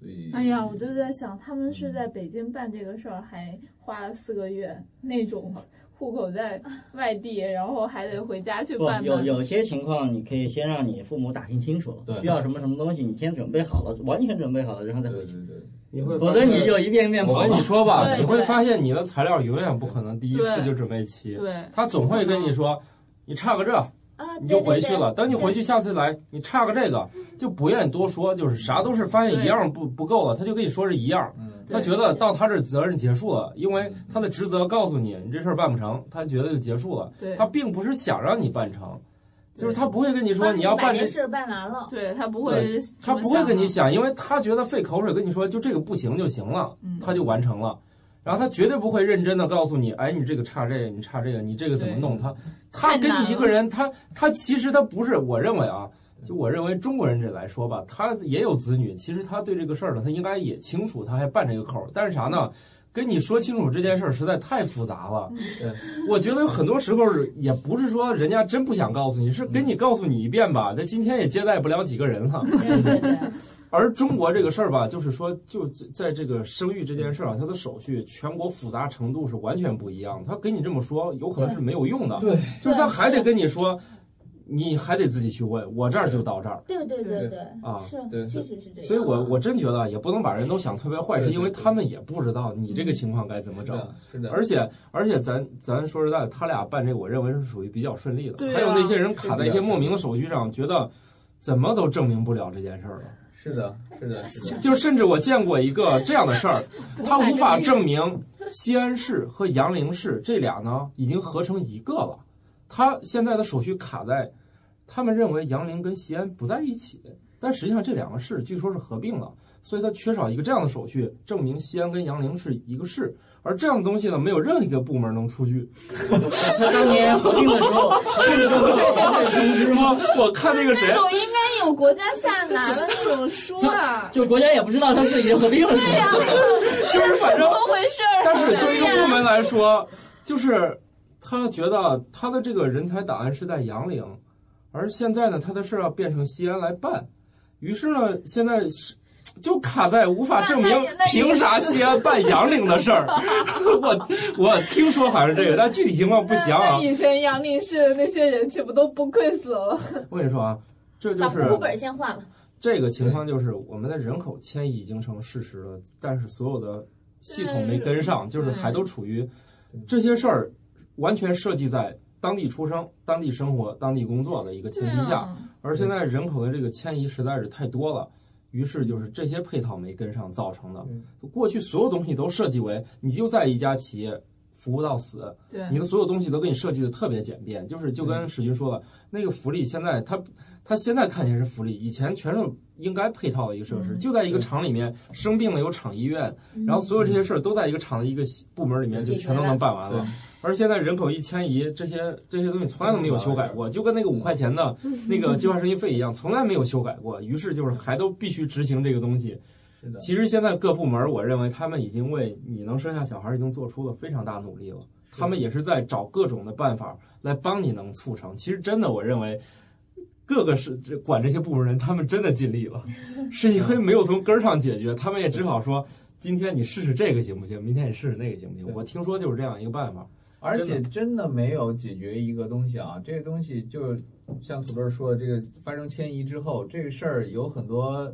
Speaker 2: 所以
Speaker 12: 哎呀，我就在想，他们是在北京办这个事儿，还花了四个月，那种户口在外地，然后还得回家去
Speaker 7: 不
Speaker 12: 办
Speaker 7: 有
Speaker 3: 哦
Speaker 12: 的。
Speaker 7: 有些情况你可以先让你父母打听清楚
Speaker 2: 对
Speaker 7: 了，需要什么什么东西，你先准备好了，完全准备好了，然后再
Speaker 2: 对
Speaker 7: 回去，
Speaker 2: 对对，
Speaker 1: 你会
Speaker 7: 否
Speaker 1: 发
Speaker 7: 则
Speaker 1: 现
Speaker 7: 你就一遍一遍
Speaker 1: 我
Speaker 7: 跑
Speaker 1: 跟
Speaker 7: 嘛
Speaker 1: 你。说吧，
Speaker 3: 对
Speaker 1: 你会
Speaker 3: 对
Speaker 1: 发现你的材料永远不可能第一次
Speaker 3: 对
Speaker 1: 就准备齐，
Speaker 3: 对，
Speaker 1: 他总会跟你说，你差个这，
Speaker 9: 啊，
Speaker 1: 你
Speaker 9: 对
Speaker 1: 就
Speaker 9: 对
Speaker 1: 回去
Speaker 9: 对
Speaker 1: 了。等你回去下次来，你差个这个，就不愿意多说，就是啥都是发现一样不不够了，他就跟你说是一样。
Speaker 2: 嗯，
Speaker 1: 他觉得到他这儿责任结束了，因为他的职责告诉你，你这事儿办不成，他觉得就结束了。
Speaker 3: 对
Speaker 1: 他并不是想让你办成，就是他不会跟你说
Speaker 9: 帮
Speaker 1: 你要
Speaker 9: 把
Speaker 1: 办
Speaker 9: 这
Speaker 1: 这，
Speaker 9: 事儿办完了，
Speaker 3: 对他不会怎么想的，
Speaker 1: 他不会跟你想，因为他觉得费口水跟你说就这个不行就行了，
Speaker 3: 嗯
Speaker 1: 他就完成了。然后他绝对不会认真的告诉你，哎，你这个差这个，你差这个，你这个怎么弄？他他
Speaker 3: 太
Speaker 1: 跟
Speaker 3: 难
Speaker 1: 你一个人，他他其实他不是，我认为啊，就我认为中国人这来说吧，他也有子女，其实他对这个事儿呢，他应该也清楚，他还办这个口儿，但是啥呢？跟你说清楚这件事儿实在太复杂了，
Speaker 2: 对
Speaker 1: 我觉得很多时候是也不是说人家真不想告诉你，是跟你告诉你一遍吧，那今天也接待不了几个人了。
Speaker 9: 对对对，
Speaker 1: 而中国这个事儿吧，就是说，就在这个生育这件事儿啊，它的手续全国复杂程度是完全不一样的。他给你这么说，有可能是没有用的，
Speaker 2: 对，
Speaker 1: 就是他还得跟你说，你还得自己去问。我这儿就到这儿
Speaker 9: 对对对对，
Speaker 1: 啊。
Speaker 2: 对
Speaker 9: 是，确实是这样。
Speaker 1: 所以我我真觉得也不能把人都想特别坏，
Speaker 2: 对
Speaker 1: 是
Speaker 2: 对
Speaker 1: 因为
Speaker 2: 对嗯
Speaker 1: 他们也不知道你这个情况该怎么
Speaker 2: 是
Speaker 1: 整。
Speaker 2: 的，是的，
Speaker 1: 而且而且咱咱说实在的，他俩办这个，我认为是属于比较顺利的。
Speaker 12: 对啊
Speaker 1: 还有那些人卡在一
Speaker 2: 是
Speaker 1: 些
Speaker 2: 的
Speaker 1: 莫名的手续上，觉得怎么都证明不了这件事儿了。
Speaker 2: 是的，是的，是的。
Speaker 1: 就甚至我见过一个这样的事儿，他无法证明西安市和杨凌市这俩呢已经合成一个了，他现在的手续卡在，他们认为杨凌跟西安不在一起，但实际上这两个市据说是合并了，所以他缺少一个这样的手续证明西安跟杨凌是一个市。而这样的东西呢，没有任何一个部门能出 *laughs* 具。
Speaker 7: 他当年合并的时
Speaker 1: *laughs*
Speaker 7: 候，。
Speaker 1: 通知吗？我看那个谁
Speaker 12: 那，种应该有国家
Speaker 1: *laughs*
Speaker 12: 下达的那种书啊
Speaker 7: 就国家也不知道他自己合并了什
Speaker 12: 对呀、
Speaker 7: 么。
Speaker 1: 就是反
Speaker 12: 怎
Speaker 1: 正
Speaker 12: 么回事 *laughs* 儿？
Speaker 1: 但是就一个部门来说，就是他觉得他的这个人才档案是在杨凌，而现在呢，他的事儿要变成西安来办，于是呢，现在是。就卡在无法证明
Speaker 12: 那那那 *laughs*
Speaker 1: 凭啥西安办杨凌的事儿， *laughs* 我我听说好像是这个，但具体情况不详
Speaker 12: 那
Speaker 1: 啊
Speaker 12: 那。以前杨凌市的那些人岂不都崩溃死
Speaker 1: *laughs*
Speaker 12: 了？
Speaker 1: 我跟你说啊，这就
Speaker 9: 把
Speaker 1: 是
Speaker 9: 户口本先换了，
Speaker 1: 这个情况就是我们的人口迁移已经成事实了，但是所有的系统没跟上，就是还都处于这些事儿完全设计在当地出生、当地生活、当地工作的一个前提下，
Speaker 12: 啊，
Speaker 1: 而现在人口的这个迁移实在是太多了。于是就是这些配套没跟上造成的
Speaker 2: 嗯。
Speaker 1: 过去所有东西都设计为你就在一家企业服务到死。
Speaker 3: 对
Speaker 1: 你的所有东西都给你设计的特别简便，就是就跟史军说了，那个福利现在它它现在看起来是福利，以前全是应该配套的一个设施，就在一个厂里面，生病了有厂医院，
Speaker 13: 嗯
Speaker 1: 然后所有这些事儿都在一个厂的一个部门里面就全都能办完了。而现在人口一迁移，这些这些东西从来都没有修改过，就跟那个五块钱的那个计划生育费一样，从来没有修改过。于是就是还都必须执行这个东西。
Speaker 2: 是的
Speaker 1: 其实现在各部门，我认为他们已经为你能生下小孩已经做出了非常大努力了。他们也是在找各种的办法来帮你能促成。其实真的，我认为各个是这管这些部门人，他们真的尽力 *laughs* 了，是因为没有从根儿上解决，他们也只好说，今天你试试这个行不行？明天你试试那个行不行？我听说就是这样一个办法。
Speaker 2: 而且
Speaker 1: 真的
Speaker 2: 真的没有解决一个东西啊，这个东西就像土豆说的，这个发生迁移之后，这个事儿有很多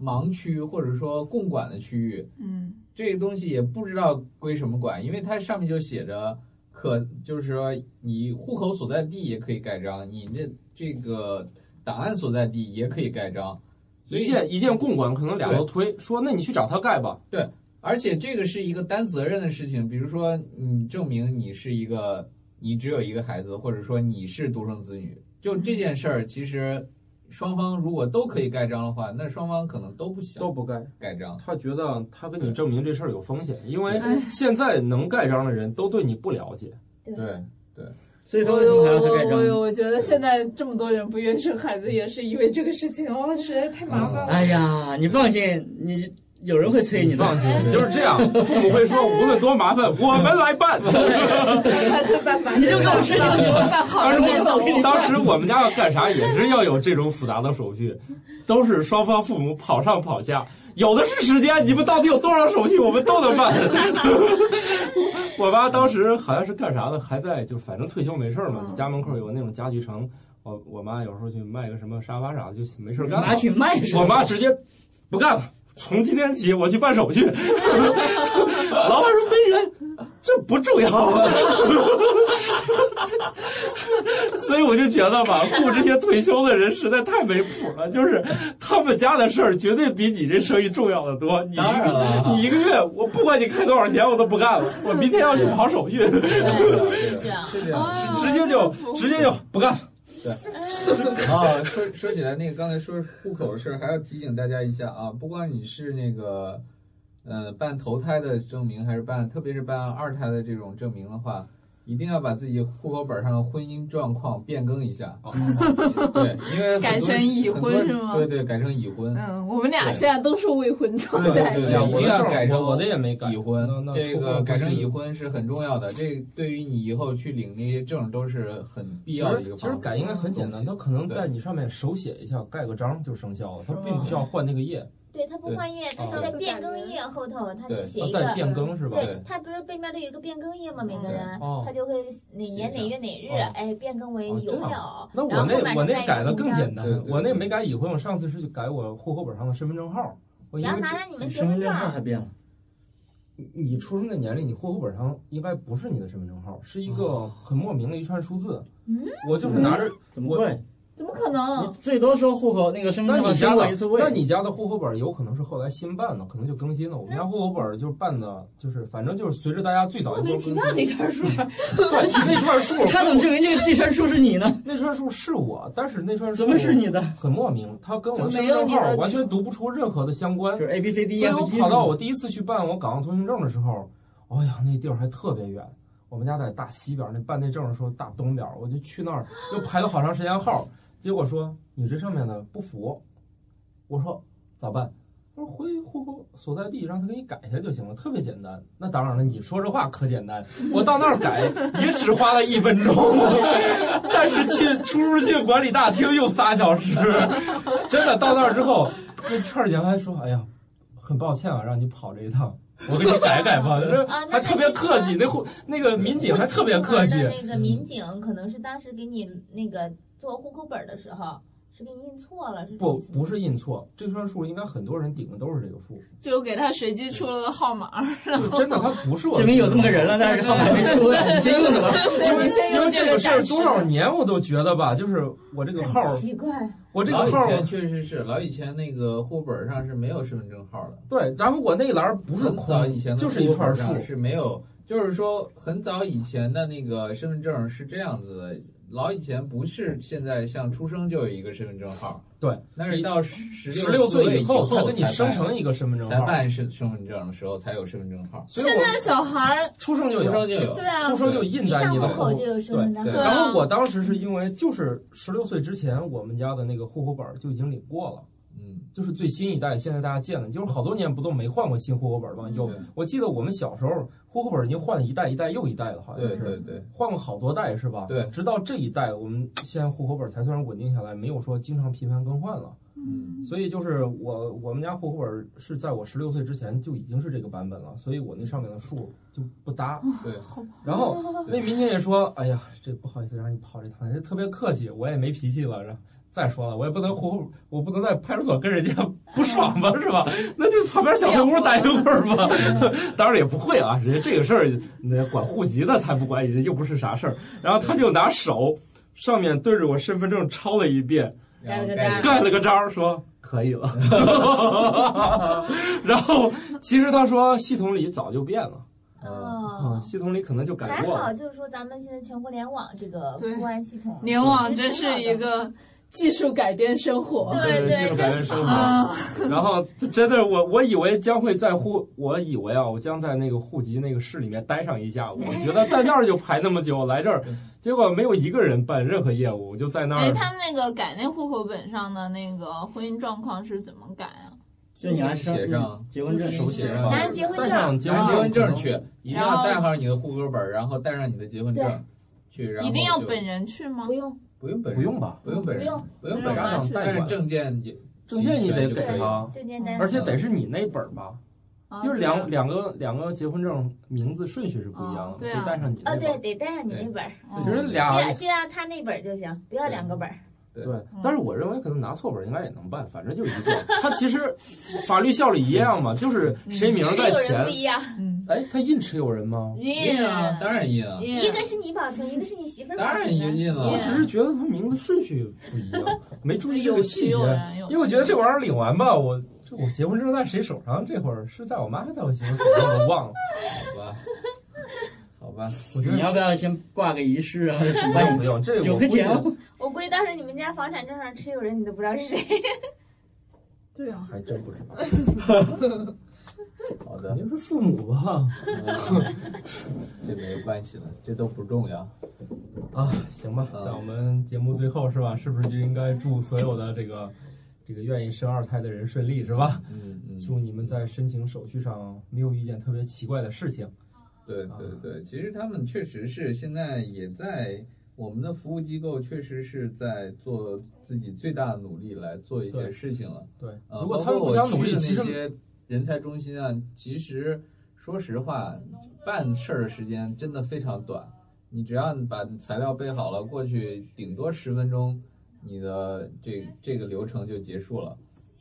Speaker 2: 盲区或者说共管的区域，
Speaker 3: 嗯
Speaker 2: 这个东西也不知道归什么管，因为它上面就写着可，就是说你户口所在地也可以盖章，你这这个档案所在地也可以盖章，所以
Speaker 1: 一件一件共管，可能俩都推，说那你去找他盖吧。
Speaker 2: 对，而且这个是一个担责任的事情，比如说你证明你是一个，你只有一个孩子，或者说你是独生子女，就这件事儿，其实双方如果都可以盖章的话，那双方可能都不想
Speaker 1: 都不盖
Speaker 2: 盖章。
Speaker 1: 他觉得他跟你证明这事儿有风险，因为现在能盖章的人都对你不了解。
Speaker 9: 对
Speaker 2: 对，
Speaker 7: 所以
Speaker 3: 我
Speaker 7: 说为什
Speaker 3: 我
Speaker 7: 么还要他盖
Speaker 3: 我
Speaker 12: 哦
Speaker 3: 我
Speaker 7: 章？
Speaker 3: 我觉得现在这么多人不愿意生孩子，也是因为这个事情哦，实在太麻烦了。
Speaker 7: 哎呀，你放心，你有人会催你的。
Speaker 1: 放心，就是这样。父母会说，无论多麻烦，我们来
Speaker 7: *laughs*
Speaker 1: 办。
Speaker 3: 他就办
Speaker 1: *laughs*
Speaker 3: 法，你就
Speaker 7: 给我吃这个牛肉饭好了再走
Speaker 1: 当时我们家要干啥，也是要有这种复杂的手续，都是双方父母跑上跑下，有的是时间。你们到底有多少手续，我们都能办。 *laughs* 我妈当时好像是干啥的，还在就反正退休没事儿嘛，
Speaker 7: 嗯
Speaker 1: 家门口有那种家具城。我我妈有时候去卖个什么沙发啥的，就没事儿干了。
Speaker 7: 你妈去卖什么
Speaker 1: 我妈直接不干了，从今天起我去办手续。 *laughs* 老板说没人，这不重要。啊 *laughs* 所以我就觉得吧，雇这些退休的人实在太没谱了，就是他们家的事儿绝对比你这生意重要的多。你一
Speaker 2: 当然
Speaker 1: 个
Speaker 2: 了
Speaker 1: 你一个月，我不管你开多少钱，我都不干了，我明天要去跑手续，
Speaker 2: 是这样，是哦这样，
Speaker 1: 直接就直接就不干了。
Speaker 2: 对，啊，说说起来，那个刚才说户口的事儿，还要提醒大家一下啊，不管你是那个，呃，办头胎的证明，还是办，特别是办二胎的这种证明的话，一定要把自己户口本上的婚姻状况变更一下。
Speaker 1: 哦
Speaker 2: 对，因为很多
Speaker 3: 改成已婚
Speaker 2: 很多
Speaker 3: 是吗
Speaker 2: 对对，改成已婚。
Speaker 3: 嗯，我们俩
Speaker 2: 对
Speaker 3: 现在都是未婚状
Speaker 2: 对
Speaker 3: 态。
Speaker 2: 对
Speaker 1: 呀
Speaker 2: 对，一
Speaker 1: 我
Speaker 2: 定
Speaker 1: 的
Speaker 2: 要
Speaker 1: 证儿
Speaker 2: 改成
Speaker 1: 我我的也没改
Speaker 2: 已婚
Speaker 1: 那那，
Speaker 2: 这
Speaker 1: 出国
Speaker 2: 个改
Speaker 1: 不
Speaker 2: 成
Speaker 1: 是
Speaker 2: 已婚是很重要的，这对于你以后去领那些证儿都是很必要的一个
Speaker 1: 其
Speaker 2: 方
Speaker 1: 实
Speaker 2: 法。
Speaker 1: 改应该很简单，它可能在你上面手写一下，盖个章就生效了，它并不需要换那个页。
Speaker 9: 对，它不换页，它是在变更页后头，它就
Speaker 1: 哦对
Speaker 9: 写
Speaker 1: 哦
Speaker 9: 一
Speaker 1: 在
Speaker 9: 个。嗯
Speaker 1: 变更是吧
Speaker 9: 对
Speaker 1: 对，
Speaker 9: 它不是背面都有一个变更页吗？每个
Speaker 1: 对
Speaker 9: 人
Speaker 1: 哦，
Speaker 9: 它就会哪年哪月哪日
Speaker 1: 哦，
Speaker 9: 哎，变更为
Speaker 1: 哦
Speaker 9: 有
Speaker 1: 这
Speaker 9: 没有
Speaker 1: 样？那我
Speaker 9: 然后
Speaker 1: 那
Speaker 9: 后面
Speaker 1: 我
Speaker 9: 再
Speaker 1: 那
Speaker 9: 一
Speaker 1: 改的
Speaker 9: 公
Speaker 1: 更
Speaker 9: 章
Speaker 1: 简单，我那没改已婚，我上次是去改我户口本上的身份证号，我因
Speaker 9: 然后
Speaker 1: 为
Speaker 9: 拿
Speaker 1: 这
Speaker 9: 着你们结婚证儿，
Speaker 7: 变了。
Speaker 1: 你出生的年龄，你户口本上应该不是你的身份证号，是一个很莫名的一串数字。
Speaker 3: 嗯，
Speaker 1: 我就是拿着，
Speaker 7: 怎么会？
Speaker 3: 怎么可能？
Speaker 7: 最多说户口那个身份
Speaker 1: 那
Speaker 7: 证
Speaker 1: 你家
Speaker 7: 号嗯经过
Speaker 1: 的
Speaker 7: 一次位，
Speaker 1: 那你家的户口本有可能是后来新办的，可能就更新了。我们家户口本就是办的，就是反正就是随着大家最早
Speaker 7: 莫名其妙的一串数
Speaker 9: *laughs*
Speaker 1: 对，这串数
Speaker 7: 他怎么证明这个这串数是你
Speaker 1: *laughs*
Speaker 7: 呢？
Speaker 1: 那串数是我，但是那串数
Speaker 7: 怎么是你的？
Speaker 1: 很莫名，它跟我的身份证
Speaker 7: 就没有你
Speaker 1: 号
Speaker 7: 的
Speaker 1: 完全读不出任何的相关。就是
Speaker 7: A B C D
Speaker 1: 所以
Speaker 7: E F
Speaker 1: 我
Speaker 7: G
Speaker 1: 跑
Speaker 7: 是吗
Speaker 1: 到我第一次去办我港澳通行证的时候，哎呀，那地儿还特别远。我们家在大西边儿，那办那证的时候大东边儿，我就去那儿又排了好长时间号，结果说你这上面的不符，我说咋办？他说回户口所在地，让他给你改一下就行了，特别简单。那当然了，你说这话可简单，我到那儿改也只花了一分钟，但是去出入境管理大厅又仨小时，真的到那儿之后，那串儿姐还说：“哎呀，很抱歉啊，让你跑这一趟。”我给你改改吧，这
Speaker 9: 啊那
Speaker 1: 还特别客气，那户那个民警还特别客气嗯
Speaker 9: 我听说的那个民警可能是当时给你那个做户口本儿的时候，是给你印错了，是这
Speaker 1: 不
Speaker 9: 意思吗
Speaker 1: 不是印错，这串数应该很多人顶的都是这个数。
Speaker 3: 就给他随机出了个号码，
Speaker 1: *laughs*
Speaker 3: 然后
Speaker 1: 真的，他不是我的
Speaker 7: 证明有这么个人了
Speaker 1: *laughs*
Speaker 7: 但是号码没出来你先用着吧
Speaker 1: 因为
Speaker 3: 你先
Speaker 1: 因
Speaker 3: 用
Speaker 1: 为
Speaker 3: 这
Speaker 1: 这
Speaker 3: 个
Speaker 1: 个事儿
Speaker 3: 展示
Speaker 1: 多少年我都觉得吧，就是我这个号儿，
Speaker 9: 奇怪，
Speaker 1: 我这个
Speaker 2: 老以
Speaker 1: 号儿
Speaker 2: 前确实是老以前那个户口本上是没有身份证号的，
Speaker 1: 对，然后我那栏儿不是
Speaker 2: 很早以前
Speaker 1: 空，
Speaker 2: 的
Speaker 1: 就是一串
Speaker 2: 户口
Speaker 1: 数
Speaker 2: 本上，是没有就是说很早以前的那个身份证是这样子的，老以前不是现在像出生就有一个身份证号，
Speaker 1: 对，
Speaker 2: 那是到十
Speaker 1: 十
Speaker 2: 六
Speaker 1: 六岁
Speaker 2: 以
Speaker 1: 后
Speaker 2: 才
Speaker 1: 才给你生成一个身份证
Speaker 2: 才
Speaker 1: 号，
Speaker 2: 办身身份证的时候才有身份证号。
Speaker 1: 所以
Speaker 3: 现在
Speaker 1: 我
Speaker 3: 小孩儿
Speaker 1: 出生就有，
Speaker 2: 出生就有
Speaker 3: 对啊
Speaker 1: 出生就印在你的
Speaker 9: 一上户口就有身份证
Speaker 1: 对
Speaker 3: 对啊
Speaker 1: 然后我当时是因为就是十六岁之前，我们家的那个户口本儿就已经领过了。
Speaker 2: 嗯，
Speaker 1: 就是最新一代，现在大家见的，就是好多年不都没换过新户口本吗？有
Speaker 2: 对，
Speaker 1: 我记得我们小时候户口本已经换了一代一代又一代了，好像
Speaker 2: 对
Speaker 1: 是
Speaker 2: 对对，
Speaker 1: 换过好多代是吧？
Speaker 2: 对
Speaker 1: 直到这一代，我们现在户口本才算是稳定下来，没有说经常频繁更换了。
Speaker 2: 嗯，
Speaker 1: 所以就是我我们家户口本是在我十六岁之前就已经是这个版本了，所以我那上面的数就不搭。
Speaker 2: 对，
Speaker 1: 然后那民警也说：“哎呀，这不好意思让你跑这趟，这特别客气，我也没脾气了。”然后再说了，我也不能胡，我不能在派出所跟人家不爽吧，是吧？那就旁边小黑屋待一会儿吧。当然也不会啊，人家这个事儿，那管户籍的才不管，人家又不是啥事儿。然后他就拿手上面对着我身份证抄了一遍，
Speaker 2: 然后
Speaker 1: 盖了个章儿，说可以了。然后其实他说系统里早就变了，
Speaker 9: 哦
Speaker 2: 呃
Speaker 1: 嗯，系统里可能就改
Speaker 9: 还
Speaker 1: 过了
Speaker 9: 好，。就是说咱们现在全国联网这个
Speaker 3: 对
Speaker 9: 公安系统，
Speaker 3: 联网真是一个技术改变生活。
Speaker 9: 对对
Speaker 1: 技术改变生 *laughs*
Speaker 3: 啊
Speaker 1: 活。然后真的，我我以为将会在户，我以为啊，我将在那个户籍那个市里面待上一下午，我觉得在那儿就排那么久，来这儿，结果没有一个人办任何业务，我就在那
Speaker 3: 哎，
Speaker 1: 儿。
Speaker 3: 他那个改那户口本上的那个婚姻状况是怎么改啊？
Speaker 7: 就你按
Speaker 2: 写上
Speaker 7: 结婚证
Speaker 2: 手写上，
Speaker 9: 拿着结婚
Speaker 1: 带
Speaker 9: 证，
Speaker 1: 上结
Speaker 2: 拿结婚
Speaker 1: 婚
Speaker 2: 证
Speaker 1: 证
Speaker 2: 去，一定
Speaker 3: 然
Speaker 2: 要
Speaker 3: 后
Speaker 2: 带好你的户口本，然后带上你的结婚证去，然后
Speaker 3: 一定要
Speaker 2: 就
Speaker 3: 本人去吗
Speaker 9: 不？用
Speaker 2: 不用本人，
Speaker 1: 不用吧？
Speaker 2: 不用本
Speaker 9: 不
Speaker 2: 人，
Speaker 9: 用，
Speaker 2: 不用本
Speaker 1: 家
Speaker 2: 人，
Speaker 1: 长带
Speaker 2: 但是
Speaker 1: 管，
Speaker 2: 证件也
Speaker 1: 证件你得给啊他，
Speaker 9: 证件单
Speaker 1: 而且得是你那本儿吧？
Speaker 3: 啊
Speaker 1: 就是两两个两个结婚证名字顺序是不一样
Speaker 3: 哦
Speaker 1: 的，
Speaker 3: 对啊
Speaker 1: 得带上你
Speaker 9: 哦
Speaker 1: 那本
Speaker 9: 对，
Speaker 1: 儿。
Speaker 9: 得带上你那本儿，
Speaker 3: 啊
Speaker 1: 其
Speaker 3: 哦
Speaker 1: 实
Speaker 9: 就
Speaker 1: 俩
Speaker 9: 要就要他那本儿就行，不要两个本儿。
Speaker 1: 对，
Speaker 9: 嗯
Speaker 1: 但是我认为可能拿错本儿应该也能办，反正就一个。他其实法律效力一样嘛，就是谁名儿
Speaker 9: 嗯是
Speaker 1: 在
Speaker 9: 有人
Speaker 1: 前
Speaker 9: 不。一样，
Speaker 3: 嗯
Speaker 1: 哎，他印嗯持有人吗？
Speaker 2: 印啊，当然印啊，
Speaker 9: 一个是你保存，一个是你媳妇儿保
Speaker 2: 当然
Speaker 9: 存的。
Speaker 2: 印了。
Speaker 1: 我只是觉得他名字顺序不一样，没注意这个细
Speaker 9: 哎
Speaker 1: 节
Speaker 3: 有趣有人有，趣
Speaker 1: 因为我觉得这玩意儿领完吧，我这我结婚证在谁手上？这会儿是在我妈还是在我媳妇手上？我忘了。
Speaker 2: 好吧，好吧，
Speaker 1: 我觉
Speaker 7: 你要
Speaker 1: 得
Speaker 7: 不要先挂个仪式啊？什
Speaker 1: 不用
Speaker 7: 么
Speaker 1: 不用，这
Speaker 7: 九
Speaker 1: 我
Speaker 7: 个
Speaker 1: 估计
Speaker 7: 奖，
Speaker 9: 我估计到时候你们家房产证上持有人你都不知道是谁。 *laughs*
Speaker 14: 对啊，
Speaker 1: 还真不知道。
Speaker 2: 好
Speaker 1: 肯
Speaker 2: 的，
Speaker 1: 定是父母吧？
Speaker 2: 嗯 *laughs* 这没有关系了，这都不重要。
Speaker 1: 啊，行吧，
Speaker 2: 嗯
Speaker 1: 在我们节目最后是吧？是不是就应该祝所有的这个这个愿意生二胎的人顺利是吧？
Speaker 2: 嗯
Speaker 1: 祝
Speaker 2: 嗯，
Speaker 1: 你们在申请手续上没有遇见特别奇怪的事情。
Speaker 2: 对对对，其实他们确实是现在也在。我们的服务机构确实是在做自己最大的努力来做一些
Speaker 1: 对
Speaker 2: 事情了。
Speaker 1: 对，
Speaker 2: 呃
Speaker 1: 如果
Speaker 2: 包
Speaker 1: 他们
Speaker 2: 括
Speaker 1: 不
Speaker 2: 我
Speaker 1: 想努
Speaker 2: 去
Speaker 1: 力，
Speaker 2: 的
Speaker 1: 其
Speaker 2: 那
Speaker 1: 实
Speaker 2: 些人才中心啊，其实说实话，办事儿的时间真的非常短。你只要你把材料备好了，过去顶多十分钟，你的这这个流程就结束了。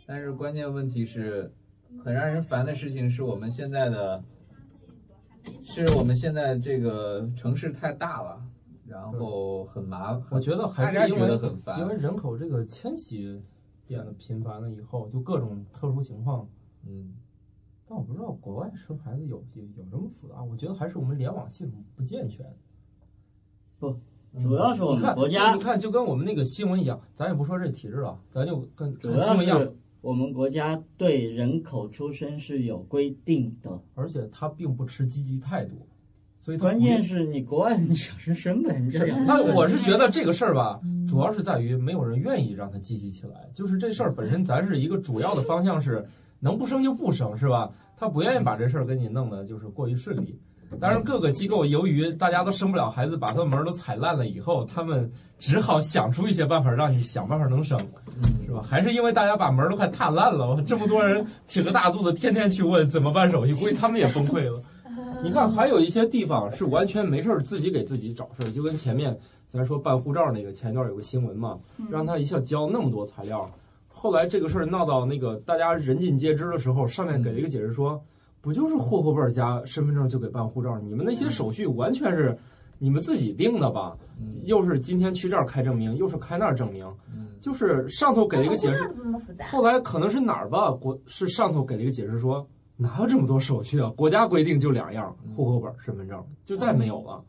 Speaker 2: 但是关键问题是，很让人烦的事情是我们现在的，是我们现在这个城市太大了，然后很麻烦。
Speaker 1: 我觉得还
Speaker 2: 大家
Speaker 1: 是因
Speaker 2: 觉
Speaker 1: 为
Speaker 2: 得很烦，
Speaker 1: 因为人口这个迁徙变得频繁了以后，就各种特殊情况。
Speaker 2: 嗯，
Speaker 1: 但我不知道国外生孩子有有有这么复杂，我觉得还是我们联网系统不健全。嗯
Speaker 7: 主要是我
Speaker 1: 你
Speaker 7: 们
Speaker 1: 看，
Speaker 7: 国
Speaker 1: 就
Speaker 7: 家
Speaker 1: 你，看，就跟我们那个新闻一样，咱也不说这体制了，咱就跟
Speaker 7: 主
Speaker 1: 看新
Speaker 7: 要
Speaker 1: 闻一样，
Speaker 7: 是我们国家对人口出生是有规定的。
Speaker 1: 而且他并不持积极态度，所以他
Speaker 7: 关键是你国外 *laughs* 你小生身份这样，
Speaker 1: 那我是觉得这个事儿吧，
Speaker 7: 嗯
Speaker 1: 主要是在于没有人愿意让它积极起来。就是这事儿本身，咱是一个主要的方向是能不生就不生，是吧？他不愿意把这事儿给你弄的，就是过于顺利。当然，各个机构由于大家都生不了孩子，把他门儿都踩烂了以后，他们只好想出一些办法让你想办法能生，
Speaker 2: 嗯
Speaker 1: 是吧？还是因为大家把门儿都快踏烂了，这么多人挺着大肚子天天去问怎么办手续，估计他们也崩溃了。你看，还有一些地方是完全没事儿自己给自己找事儿，就跟前面咱说办护照那个，前一段有个新闻
Speaker 3: 嗯
Speaker 1: 嘛，让他一下交那么多材料，后来这个事儿闹到那个大家人尽皆知的时候，上面给了一个解释说，不就是户口本加身份证就给办护照，你们那些手续完全是你们自己定的吧？
Speaker 2: 嗯
Speaker 1: 又是今天去这儿开证明，又是开那儿证明，
Speaker 2: 嗯
Speaker 1: 就是上头给了一个解释，
Speaker 9: 这么复杂，
Speaker 1: 后来可能是哪儿吧，国是上头给了一个解释说，哪有这么多手续啊？国家规定就两样，户口本、身份证，
Speaker 7: 嗯
Speaker 1: 就再没有了。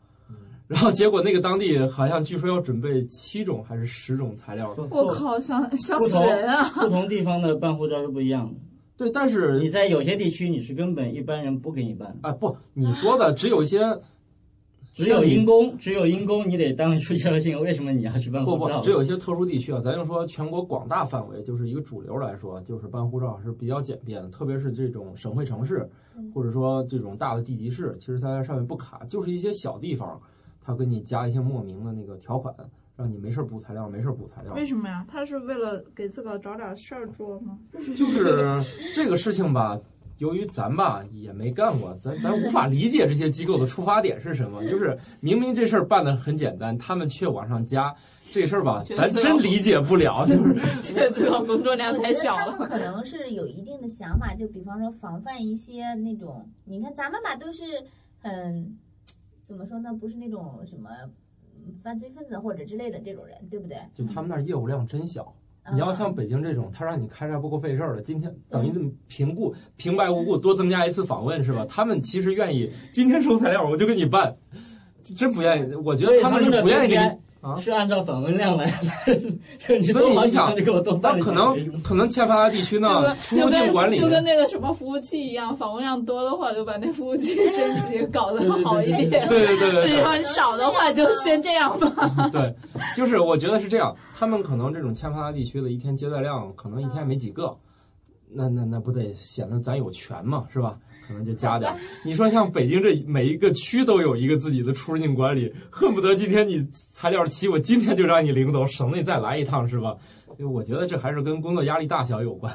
Speaker 1: 然后结果那个当地好像据说要准备七种还是十种材料，
Speaker 3: 我靠，想想
Speaker 7: 不
Speaker 3: 死
Speaker 7: 同
Speaker 3: 人啊！
Speaker 7: 不同地方的办护照是不一样的。
Speaker 1: 对，但是
Speaker 7: 你在有些地区你是根本一般人不给你办。
Speaker 1: 啊不，你说的只有一些，
Speaker 7: 只有因公，只有因公，你得当出交信，为什么你要去办
Speaker 1: 不
Speaker 7: 护
Speaker 1: 不
Speaker 7: 照？，
Speaker 1: 只有一些特殊地区啊，咱就说全国广大范围，就是一个主流来说，就是办护照还是比较简便的，特别是这种省会城市，
Speaker 3: 嗯
Speaker 1: 或者说这种大的地级市，其实它在上面不卡，就是一些小地方，它给你加一些莫名的那个条款，让你没事儿补材料，没事儿补材料。
Speaker 3: 为什么呀？他是为了给自个儿找点事儿做
Speaker 1: *laughs*
Speaker 3: 吗？ *laughs*
Speaker 1: 就是这个事情吧，由于咱吧也没干过，咱咱无法理解这些机构的出发点是什么。就是明明这事儿办的很简单，他们却往上加这事儿吧，咱真理解不了。就是
Speaker 3: 这自个儿工作量太小
Speaker 1: 啊
Speaker 9: 我觉得他们
Speaker 3: 了。
Speaker 9: 可能是有一定的想法，就比方说防范一些那种，你看咱们吧都是很怎么说呢，不是那种什么嗯犯罪分子或者之类的这种人，对不对？
Speaker 1: 就他们那儿业务量真小。
Speaker 9: 嗯
Speaker 1: 你要像北京这种，他让你开闸不够费事儿的，今天等于平故平白无故多增加一次访问是吧？他们其实愿意今天收材料我就给你办，真不愿意。我觉
Speaker 7: 所
Speaker 1: 得
Speaker 7: 以他
Speaker 1: 们是
Speaker 7: 的
Speaker 1: 不愿意给你啊
Speaker 7: 你，是按照访问量来的。 *laughs* 你
Speaker 1: 所以
Speaker 7: 多好
Speaker 1: 你
Speaker 7: 几
Speaker 1: 想
Speaker 7: 张就给我多，办
Speaker 1: 那
Speaker 7: 一
Speaker 1: 可
Speaker 7: 张
Speaker 1: 能可能欠发达地区呢
Speaker 3: 就跟，
Speaker 1: 出
Speaker 3: 就
Speaker 1: 入境管
Speaker 3: 跟
Speaker 1: 理
Speaker 3: 就跟那个什么服务器一样，访问量多的话就把那服务器升级搞得好一点，
Speaker 1: 对对对对对
Speaker 3: 然后少的话就先这样吧。
Speaker 1: 对，就是我觉得是这样，他们可能这种欠发达地区的一天接待量可能一天也没几个，那那那不得显得咱有权嘛，是吧？可能就加点儿。你说像北京这每一个区都有一个自己的出入境管理，恨不得今天你材料齐，我今天就让你领走，省得你再来一趟，是吧？就我觉得这还是跟工作压力大小有关。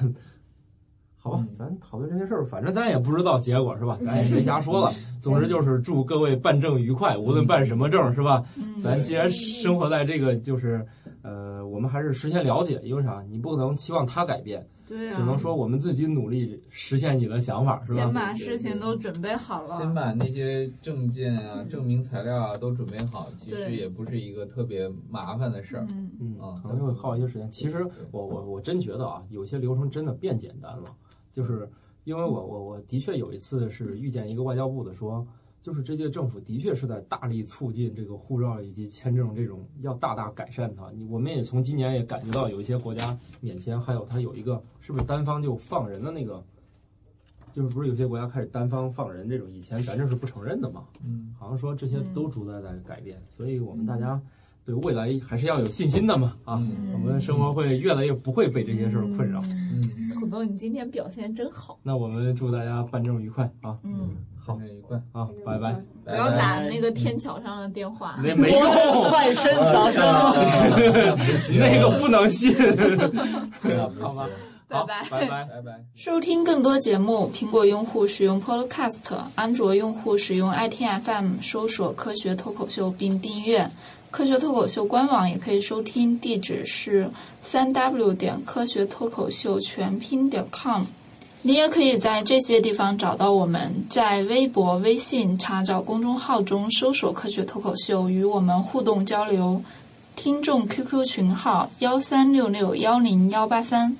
Speaker 1: 好吧，咱讨论这些事儿，反正咱也不知道结果是吧？咱也别瞎说了。总之就是祝各位办证愉快，无论办什么证是吧？
Speaker 3: 嗯
Speaker 1: 咱既然生活在这个，就是呃，我们还是实现了解，因为啥？你不能期望他改变，
Speaker 3: 对啊
Speaker 1: 只能说我们自己努力实现你的想法，是吧？
Speaker 3: 先把事情都准备好了。
Speaker 2: 先把那些证件啊、证明材料啊都准备好，其实
Speaker 3: 对
Speaker 2: 也不是一个特别麻烦的事儿。
Speaker 3: 嗯
Speaker 1: 嗯，可能就会耗一些时间。其实我我我真觉得啊，有些流程真的变简单了，就是因为我我我的确有一次是遇见一个外交部的说，就是这届政府的确是在大力促进这个护照以及签证这种要大大改善它。你我们也从今年也感觉到有一些国家免签，还有它有一个是不是单方就放人的那个。就是不是有些国家开始单方放人这种，以前咱这是不承认的嘛？
Speaker 2: 嗯，
Speaker 1: 好像说这些都主宰在改变，所以我们大家对未来还是要有信心的嘛啊！我们生活会越来越不会被这些事儿困扰。嗯
Speaker 2: 嗯，
Speaker 15: 土豆，你今天表现真好。
Speaker 1: 那我们祝大家办证愉快啊！
Speaker 3: 嗯，
Speaker 1: 好，
Speaker 2: 办证愉快
Speaker 1: 啊，拜拜。
Speaker 3: 不要打那个天桥上的电话，
Speaker 1: 那没用，
Speaker 7: 快伸
Speaker 2: 啊
Speaker 7: 早生
Speaker 1: 那个不能信， *laughs* 好吧？
Speaker 3: 拜拜
Speaker 1: 拜拜
Speaker 2: 拜拜。
Speaker 3: 收听更多节目，苹果用户使用 Podcast，安卓用户使用 ITFM 搜索“科学脱口秀”并订阅。科学脱口秀官网也可以收听，地址是三 w 点科学脱口秀全拼点 com。你也可以在这些地方找到我们，在微博、微信查找公众号中搜索“科学脱口秀”，与我们互动交流。听众 QQ 群号：幺三六六幺零幺八三。